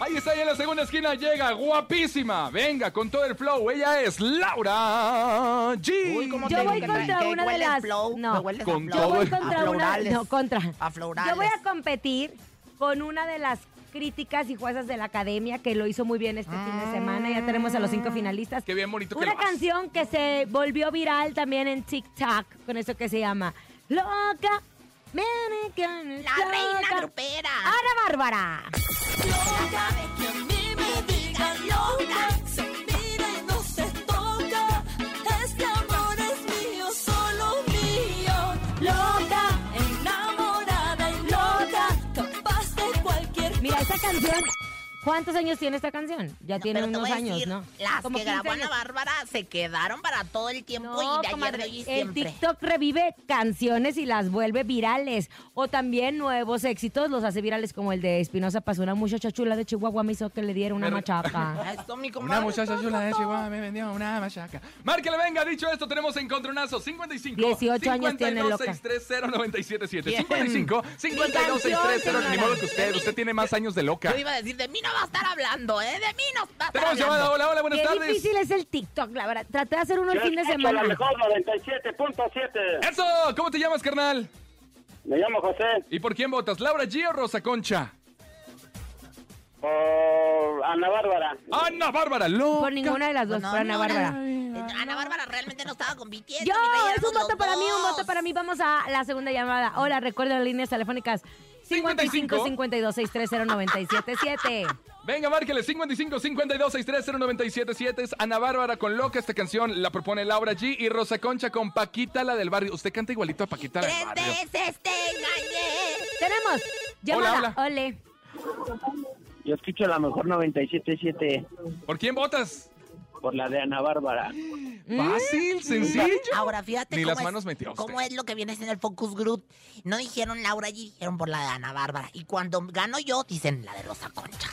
Speaker 5: Ahí está, y en la segunda esquina llega guapísima. Venga, con todo el flow. Ella es Laura G.
Speaker 3: Yo voy contra una de las.
Speaker 4: Me
Speaker 3: No,
Speaker 4: hueles a
Speaker 5: Con
Speaker 4: flor.
Speaker 3: yo voy
Speaker 5: todo el-
Speaker 3: contra
Speaker 4: A
Speaker 3: una.
Speaker 4: florales.
Speaker 3: No, contra.
Speaker 4: A florales.
Speaker 3: Yo voy a competir con una de las críticas y juezas de la academia que lo hizo muy bien este fin de semana. Ya tenemos a los cinco finalistas.
Speaker 5: Ah. Qué bien bonito que
Speaker 3: Una
Speaker 5: lo haces.
Speaker 3: canción que se volvió viral también en TikTok con esto que se llama Loca. La
Speaker 4: La reina grupera.
Speaker 3: Ana Bárbara.
Speaker 2: Loca de que a mí me digan loca, se mira y no se toca. Este amor es mío, solo mío. Loca, enamorada y loca, capaz de cualquier
Speaker 3: Mira, esta canción. ¿Cuántos años tiene esta canción? Ya tiene
Speaker 4: Pero te
Speaker 3: unos
Speaker 4: voy a
Speaker 3: años,
Speaker 4: decir,
Speaker 3: ¿no?
Speaker 4: Las
Speaker 3: Como 15
Speaker 4: que grabó Ana
Speaker 3: años.
Speaker 4: Bárbara se quedaron para todo el tiempo
Speaker 3: No,
Speaker 4: y de ayer,
Speaker 3: comadre,
Speaker 4: de hoy y
Speaker 3: el
Speaker 4: siempre.
Speaker 3: TikTok revive canciones y las vuelve virales. O también nuevos éxitos los hace virales, como el de Espinosa Pazuna, una muchacha chula de Chihuahua me hizo que le diera una
Speaker 5: Pero-
Speaker 3: machaca.
Speaker 4: Eso, mi
Speaker 5: Una
Speaker 4: comadre.
Speaker 5: muchacha chula de Chihuahua me vendió una machaca. Márquele, venga, dicho esto, tenemos encontronazo 55
Speaker 3: 18 años tiene, loca.
Speaker 5: 977
Speaker 3: Bien.
Speaker 5: 55 52 630 Ni modo que usted, usted tiene más años de loca.
Speaker 4: Yo iba a decir, de mí no va a estar hablando, ¿eh? De mí no va a estar
Speaker 5: Tenemos
Speaker 4: hablando.
Speaker 5: llamada, hola, hola, buenas
Speaker 3: Qué
Speaker 5: tardes.
Speaker 3: difícil es el TikTok, la verdad. Traté de hacer uno el
Speaker 7: Yo
Speaker 3: fin de
Speaker 7: escucho
Speaker 3: semana.
Speaker 7: La mejor 97.7.
Speaker 5: ¡Eso! ¿Cómo te llamas, carnal?
Speaker 7: Me llamo José.
Speaker 5: ¿Y por quién votas? ¿Laura G o Rosa Concha?
Speaker 7: Por Ana Bárbara.
Speaker 5: ¡Ana Bárbara! ¡Loca!
Speaker 3: Por ninguna de las dos,
Speaker 4: No,
Speaker 3: por Ana
Speaker 4: no,
Speaker 3: Bárbara.
Speaker 4: Eh, Ana Bárbara realmente no estaba compitiendo.
Speaker 3: Yo,
Speaker 4: mi rey,
Speaker 3: es un
Speaker 4: éramos
Speaker 3: voto
Speaker 4: los
Speaker 3: para mí, un
Speaker 4: dos.
Speaker 3: voto para mí. Vamos a la segunda llamada. Hola, recuerden las líneas telefónicas 55 52 630 977.
Speaker 5: Venga, márquele 55 52 630 977. Es Ana Bárbara con Loca. Esta canción la propone Laura G. Y Rosa Concha con Paquita, la del barrio. Usted canta igualito a Paquita, la del
Speaker 4: Tres
Speaker 5: barrio.
Speaker 4: veces te engañé.
Speaker 3: Tenemos llamada. Ole.
Speaker 7: Yo escucho la mejor 97.7
Speaker 5: ¿Por quién votas?
Speaker 7: por la de Ana Bárbara.
Speaker 3: Mm,
Speaker 5: Fácil, sencillo.
Speaker 4: Ahora fíjate
Speaker 5: Ni
Speaker 4: cómo
Speaker 5: las
Speaker 4: es-
Speaker 5: manos metió usted.
Speaker 4: cómo es lo que viene siendo el Focus Group. No dijeron Laura allí, dijeron por la de Ana Bárbara. Y cuando gano yo, dicen la de Rosa Concha.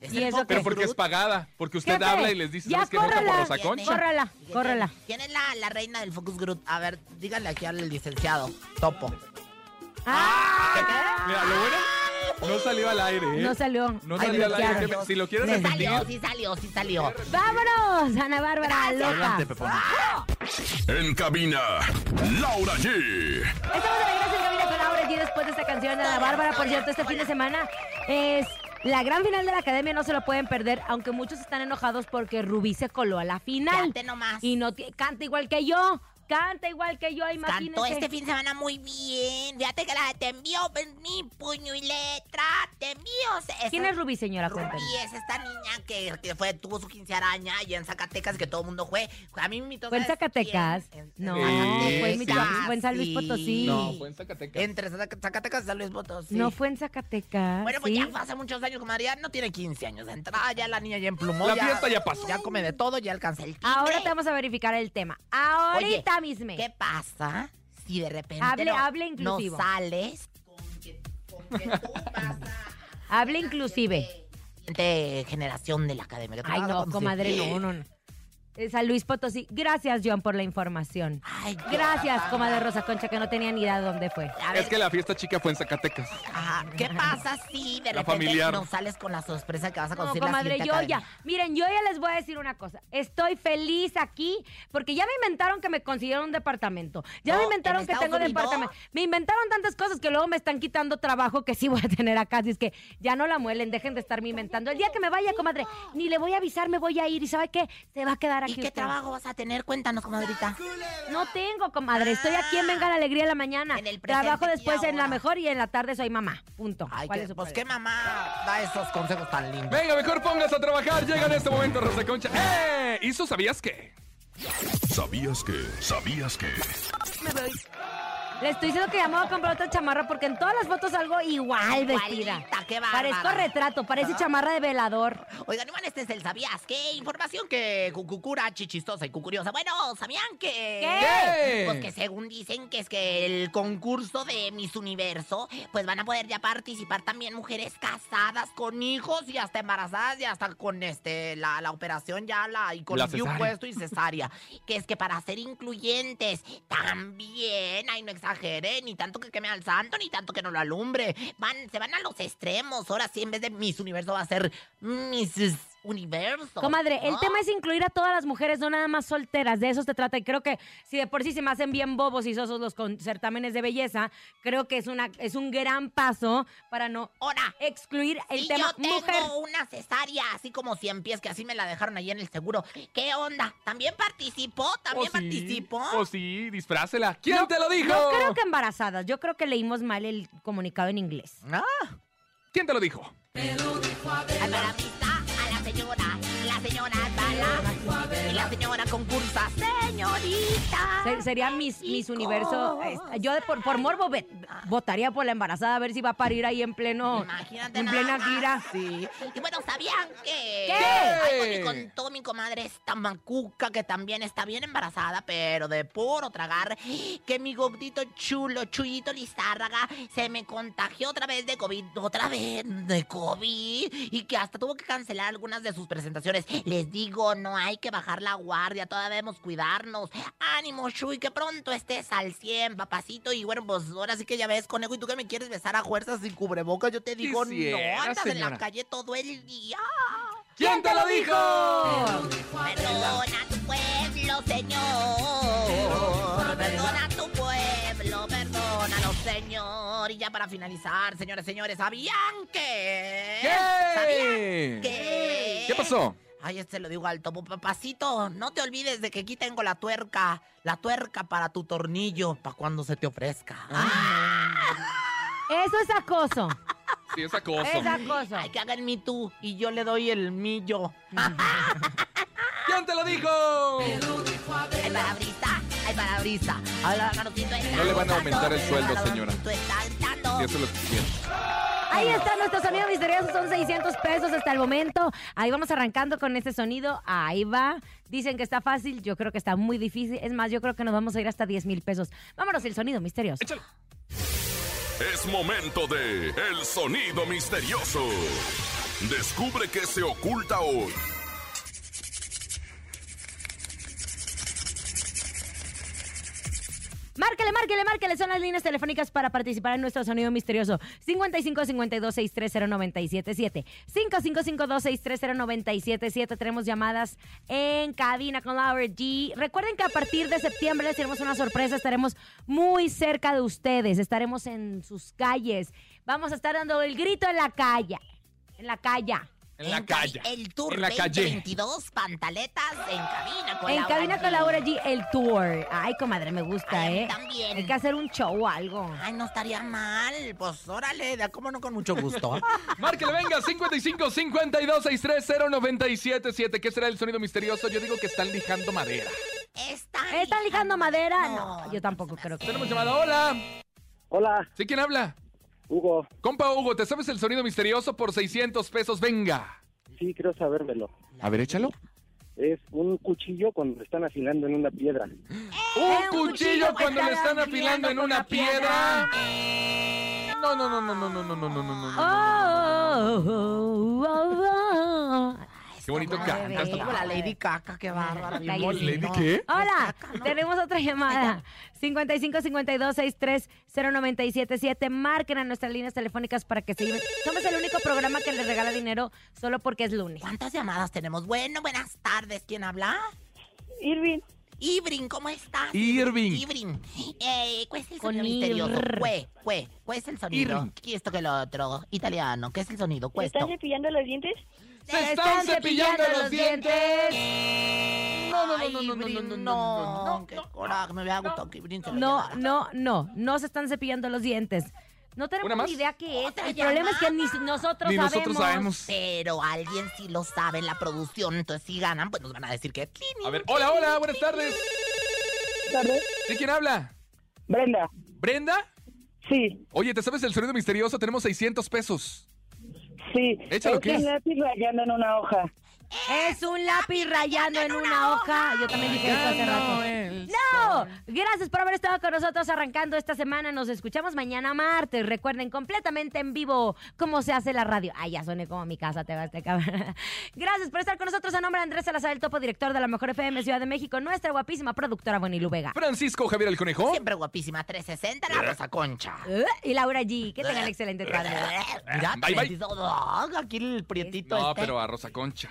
Speaker 4: Es
Speaker 3: ¿Y
Speaker 4: el
Speaker 3: eso
Speaker 4: Focus
Speaker 3: qué?
Speaker 5: Pero porque es
Speaker 4: Group.
Speaker 5: pagada. Porque usted
Speaker 3: Jefe,
Speaker 5: habla y les dice,
Speaker 3: ya
Speaker 5: ¿sabes qué? Vota por
Speaker 3: córrala,
Speaker 5: Rosa Concha.
Speaker 3: Córrala,
Speaker 4: Fíjate,
Speaker 3: córrala.
Speaker 4: ¿Quién es la, la reina del Focus Group? A ver, díganle aquí al licenciado. Topo.
Speaker 5: Ah, Mira, lo bueno, no salió al aire, ¿eh?
Speaker 3: Ah, No salió.
Speaker 5: No
Speaker 3: Ay,
Speaker 5: salió al aire.
Speaker 3: bloqueado.
Speaker 5: jefe. Si lo quieres
Speaker 4: Sí
Speaker 5: repetir.
Speaker 4: salió, sí salió, sí salió.
Speaker 3: ¡Vámonos! Ana Bárbara, loca.
Speaker 6: ¡Ah! En cabina, Laura G.
Speaker 3: Estamos de regreso en Cabina con Laura G después de esta canción de Ana Bárbara. Por cierto, este fin de semana es la gran final de la academia. No se lo pueden perder, aunque muchos están enojados porque Rubí se coló a la final.
Speaker 4: Fíjate nomás.
Speaker 3: Y no ti- canta igual que yo. Canta igual que yo, imagínense.
Speaker 4: Cantó este fin de semana muy bien. Fíjate que la te envió en mi puño y letra. Te envío. esa-
Speaker 3: ¿Quién es Rubí, señora? Cuéntame.
Speaker 4: Rubí es esta niña que, que fue, tuvo su quinceañera allá en Zacatecas, que todo el mundo fue. A mí me invitó.
Speaker 3: ¿Fue en
Speaker 4: ¿sabes
Speaker 3: Zacatecas?
Speaker 4: quién? En-
Speaker 3: No,
Speaker 5: Sí,
Speaker 3: fue en, Michoacán,
Speaker 4: Zacatecas,
Speaker 3: fue en San Luis
Speaker 4: sí.
Speaker 3: Potosí.
Speaker 5: No, fue en Zacatecas.
Speaker 4: Entre Zaca- Zacatecas y San Luis Potosí.
Speaker 3: No fue en Zacatecas.
Speaker 4: Bueno, pues
Speaker 3: ¿sí?
Speaker 4: ya fue hace muchos años, comadre. Ya no tiene 15 años de entrada. Ya la niña ya emplumó.
Speaker 5: La fiesta ya pasó.
Speaker 4: Ya come de todo, ya alcanza el
Speaker 3: Ahora
Speaker 4: timbre.
Speaker 3: te vamos a verificar el tema. Ahorita mismo.
Speaker 4: Oye, ¿Qué pasa si de repente
Speaker 3: Hable-
Speaker 4: no,
Speaker 3: hable
Speaker 4: no
Speaker 3: inclusivo.
Speaker 4: sales con que, con que tú vas
Speaker 3: Habla inclusive.
Speaker 4: a- siguiente generación de la academia? que te
Speaker 3: Ay,
Speaker 4: vas a
Speaker 3: no,
Speaker 4: conducir?
Speaker 3: comadre, no, no, no. eh, San Luis Potosí. Gracias, John, por la información. Gracias, comadre Rosa Concha, que no tenía ni idea de dónde fue.
Speaker 5: Es que la fiesta chica fue en Zacatecas.
Speaker 4: Ajá, ¿Qué pasa si de
Speaker 5: La
Speaker 4: repente
Speaker 5: familiar.
Speaker 4: no sales con la sorpresa que vas a
Speaker 3: No,
Speaker 4: conseguir? la
Speaker 3: comadre,
Speaker 4: siguiente
Speaker 3: yo ya.
Speaker 4: academia?
Speaker 3: Miren, yo ya les voy a decir una cosa. Estoy feliz aquí porque ya me inventaron que me consiguieron un departamento. Ya me
Speaker 4: No,
Speaker 3: inventaron
Speaker 4: ¿en
Speaker 3: que
Speaker 4: Estados
Speaker 3: tengo
Speaker 4: Unidos?
Speaker 3: departamento. Me inventaron tantas cosas que luego me están quitando trabajo que sí voy a tener acá. Así es que ya no la muelen, dejen de estarme inventando. El día que me vaya, comadre, ni le voy a avisar, me voy a ir. ¿Y sabe qué? Se va a quedar aquí.
Speaker 4: ¿Y qué
Speaker 3: usted.
Speaker 4: trabajo vas a tener? Cuéntanos, comadrita.
Speaker 3: No tengo, comadre. Estoy aquí en Venga la Alegría de la mañana.
Speaker 4: Ah, presente
Speaker 3: Trabajo
Speaker 4: y
Speaker 3: después en la
Speaker 4: ahora.
Speaker 3: mejor y en la tarde soy mamá. Punto.
Speaker 4: Ay,
Speaker 3: ¿Cuál
Speaker 4: qué-
Speaker 3: es su
Speaker 4: pues
Speaker 3: problema?
Speaker 4: qué mamá da esos consejos tan lindos.
Speaker 5: Venga, mejor póngase a trabajar. Llega en este momento Rosa Concha. ¡Eh! ¿Y su sabías qué?
Speaker 6: ¿Sabías que? ¿Sabías que?
Speaker 3: Le estoy diciendo que ya me voy a comprar otra chamarra porque en todas las fotos salgo igual vestida.
Speaker 4: qué bárbara. Ah.
Speaker 3: Parezco retrato, parece chamarra de velador.
Speaker 4: Oigan, Iván, este es el ¿Sabías qué? Información que cucucura, chichistosa y cucuriosa. Bueno, ¿sabían que...?
Speaker 2: ¿Qué?
Speaker 4: Pues que según dicen que es que el concurso de Miss Universo, pues van a poder ya participar también mujeres casadas con hijos y hasta embarazadas y hasta con este la, la operación ya la y con
Speaker 2: La
Speaker 4: el pie
Speaker 2: cesárea.
Speaker 4: puesto y cesárea. que es que para ser incluyentes también, ay, no exageren, ni tanto que queme al santo, ni tanto que no lo alumbre. Van, se van a los extremos. Ahora sí, en vez de Miss Universo va a ser Mrs. Universo.
Speaker 3: Comadre, el
Speaker 4: ¿no? Ah.
Speaker 3: tema es incluir a todas las mujeres, no nada más solteras, de eso se trata. Y creo que si de por sí se me hacen bien bobos y sosos los con- certámenes de belleza, creo que es, una, es un gran paso para no excluir el
Speaker 4: Y
Speaker 3: tema
Speaker 4: yo tengo
Speaker 3: mujer.
Speaker 4: una cesárea, así como 100 pies, que así me la dejaron ahí en el seguro. ¿Qué onda? ¿También participó? ¿También participó?
Speaker 5: Oh, sí, disfrácela. ¿Quién
Speaker 3: No-
Speaker 5: te lo dijo?
Speaker 3: No creo que embarazadas, yo creo que leímos mal el comunicado en inglés.
Speaker 5: ¿Quién te lo dijo?
Speaker 4: A la amistad, a la señora, la señora Dala, y la señora concursa, señorita.
Speaker 3: Se- sería mis, mis universo. eh, Yo de por, por morbo ve- votaría por la embarazada a ver si va a parir ahí en pleno.
Speaker 4: Imagínate
Speaker 3: en
Speaker 4: nada
Speaker 3: plena
Speaker 4: más.
Speaker 3: gira.
Speaker 4: Y bueno, ¿sabían que?
Speaker 3: ¿Qué?
Speaker 4: Ay, bueno, y contó mi comadre esta macuca que también está bien embarazada, pero de puro tragar, que mi gordito chulo, Chuyito Lizárraga, se me contagió otra vez de COVID, otra vez de COVID, y que hasta tuvo que cancelar algunas de sus presentaciones. Les digo, no hay que bajar la guardia, todavía debemos cuidarnos. Ánimo, Chuy, que pronto estés al 100, papacito. Y bueno, pues ahora sí que ya ves, conejo, y tú que me quieres besar a fuerzas sin cubrebocas, yo te digo,
Speaker 2: Quisiera,
Speaker 4: no, andas en
Speaker 2: señora.
Speaker 4: la calle todo el día.
Speaker 2: ¿Quién te lo dijo?
Speaker 4: Perdona tu pueblo, señor. Perdona tu pueblo, perdónalo, señor. Y ya para finalizar, señores, señores, ¿sabían que?
Speaker 5: ¿Qué?
Speaker 4: que-
Speaker 5: ¿Qué pasó?
Speaker 4: Ay, este lo digo alto, papacito. No te olvides de que aquí tengo la tuerca, la tuerca para tu tornillo, para cuando se te ofrezca.
Speaker 3: Eso es acoso.
Speaker 5: Sí, es acoso.
Speaker 4: Es acoso. Hay que hagan mi tú y yo le doy el millo.
Speaker 5: ¿Quién te lo dijo?
Speaker 4: El parabrisa, el parabrisa. Ahora, Carlosito, está
Speaker 5: No le van
Speaker 4: gozando,
Speaker 5: a aumentar el sueldo,
Speaker 4: Carlosito
Speaker 5: señora.
Speaker 4: está gozando.
Speaker 5: Si eso es lo que quieren.
Speaker 3: Ahí están nuestros amigos misteriosos, son 600 pesos hasta el momento. Ahí vamos arrancando con este sonido. Ahí va. Dicen que está fácil, yo creo que está muy difícil. Es más, yo creo que nos vamos a ir hasta 10 mil pesos. Vámonos, el sonido misterioso.
Speaker 6: Es momento de El Sonido Misterioso. Descubre qué se oculta hoy.
Speaker 3: Márquele, márquele, márquele. Son las líneas telefónicas para participar en nuestro sonido misterioso. 55 52 630 5552-630977. Tenemos llamadas en cabina con Laura G. Recuerden que a partir de septiembre les tenemos una sorpresa. Estaremos muy cerca de ustedes. Estaremos en sus calles. Vamos a estar dando el grito en la calle. En la calle.
Speaker 5: En la calle.
Speaker 4: El tour
Speaker 5: En la calle.
Speaker 4: 2022, pantaletas en cabina con
Speaker 3: En
Speaker 4: Laura
Speaker 3: cabina
Speaker 4: G.
Speaker 3: con Laura G, el tour. Ay, comadre, me gusta,
Speaker 4: Ay, a mí
Speaker 3: ¿eh?
Speaker 4: también.
Speaker 3: Hay que hacer un show o algo.
Speaker 4: Ay, no estaría mal. Pues órale, de a cómo no con mucho gusto. ¿ah?
Speaker 5: Márquele, venga, 55 52 630 977. ¿Qué será el sonido misterioso? Yo digo que están lijando madera.
Speaker 3: ¿Están lijando madera? No, yo tampoco creo que.
Speaker 5: Tenemos llamada, hola.
Speaker 7: Hola.
Speaker 5: ¿Sí quién habla?
Speaker 7: Hugo.
Speaker 5: Compa Hugo, ¿te sabes el sonido misterioso por 600 pesos? Venga.
Speaker 7: Sí, creo sabérmelo.
Speaker 5: A ver, échalo.
Speaker 7: Es un cuchillo cuando lo están afilando en una piedra.
Speaker 5: Un cuchillo cuando le están afilando en una piedra. No, no, no, no, no, no, no, no, no, no, no.
Speaker 3: Oh, oh, oh, oh, oh.
Speaker 5: Qué bonito
Speaker 4: Ay,
Speaker 5: cantas.
Speaker 4: bebé.
Speaker 5: tú.
Speaker 4: Como la Lady Caca, qué bárbara. bien
Speaker 5: Lady
Speaker 4: bonito.
Speaker 5: ¿qué?
Speaker 4: Pues
Speaker 3: Hola, tenemos otra llamada. 55-52-63-0977. Marquen a nuestras líneas telefónicas para que se lleven. Somos el único programa que les regala dinero solo porque es lunes.
Speaker 4: ¿Cuántas llamadas tenemos? Bueno, buenas tardes. ¿Quién habla? Irving. Irving, ¿cómo estás?
Speaker 5: Irving.
Speaker 4: Irving. Eh, ¿Cuál es el
Speaker 3: Con
Speaker 4: sonido misterioso?
Speaker 3: ir.
Speaker 4: Cue, cue. ¿Cuál es el sonido?
Speaker 5: Irving.
Speaker 4: ¿Qué esto que lo otro? Italiano. ¿Qué es el sonido? ¿Cuál esto?
Speaker 15: cepillando los dientes?
Speaker 4: ¡Se Pues están cepillando los dientes! No, no, no, no, no, no, no, no, no, no, qué coraje, me hubiera gustado que Irving se lo
Speaker 3: No, no, no, no se están cepillando los dientes. No
Speaker 4: ¿Una
Speaker 3: tenemos
Speaker 4: más?
Speaker 3: ni idea qué es.
Speaker 4: Otra
Speaker 3: El problema es que ni si- nosotros sabemos.
Speaker 4: Pero alguien sí lo sabe en la producción, entonces si ganan, pues nos van a decir que...
Speaker 5: A ver, hola, hola, buenas tardes.
Speaker 15: tardes.
Speaker 5: ¿De quién habla?
Speaker 15: Brenda.
Speaker 5: ¿Brenda?
Speaker 15: Sí.
Speaker 5: Oye, ¿te sabes el sonido misterioso? Tenemos 600 pesos.
Speaker 15: Sí.
Speaker 5: Échalo, ¿qué es?
Speaker 15: lápiz rayando en una hoja.
Speaker 3: Es un lápiz rayando en una hoja. Yo también dije eso hace
Speaker 5: Rayando
Speaker 3: rato.
Speaker 5: el
Speaker 3: ¡No! Gracias por haber estado con nosotros arrancando esta semana. Nos escuchamos mañana martes. Recuerden completamente en vivo cómo se hace la radio. Ay, ya soné como mi casa, te vas este cabrón. Gracias por estar con nosotros. A nombre de Andrés Salazar, el topo director de la Mejor FM Ciudad de México, nuestra guapísima productora Bonilu Vega.
Speaker 5: Francisco Javier el Conejo.
Speaker 4: Siempre guapísima, 360, la Rosa Concha.
Speaker 3: Eh, Y Laura G, que tengan excelente tarde.
Speaker 4: Mira,
Speaker 5: Eh. Bye, bye.
Speaker 4: haga aquí el prietito
Speaker 5: No,
Speaker 4: este.
Speaker 5: pero a Rosa Concha.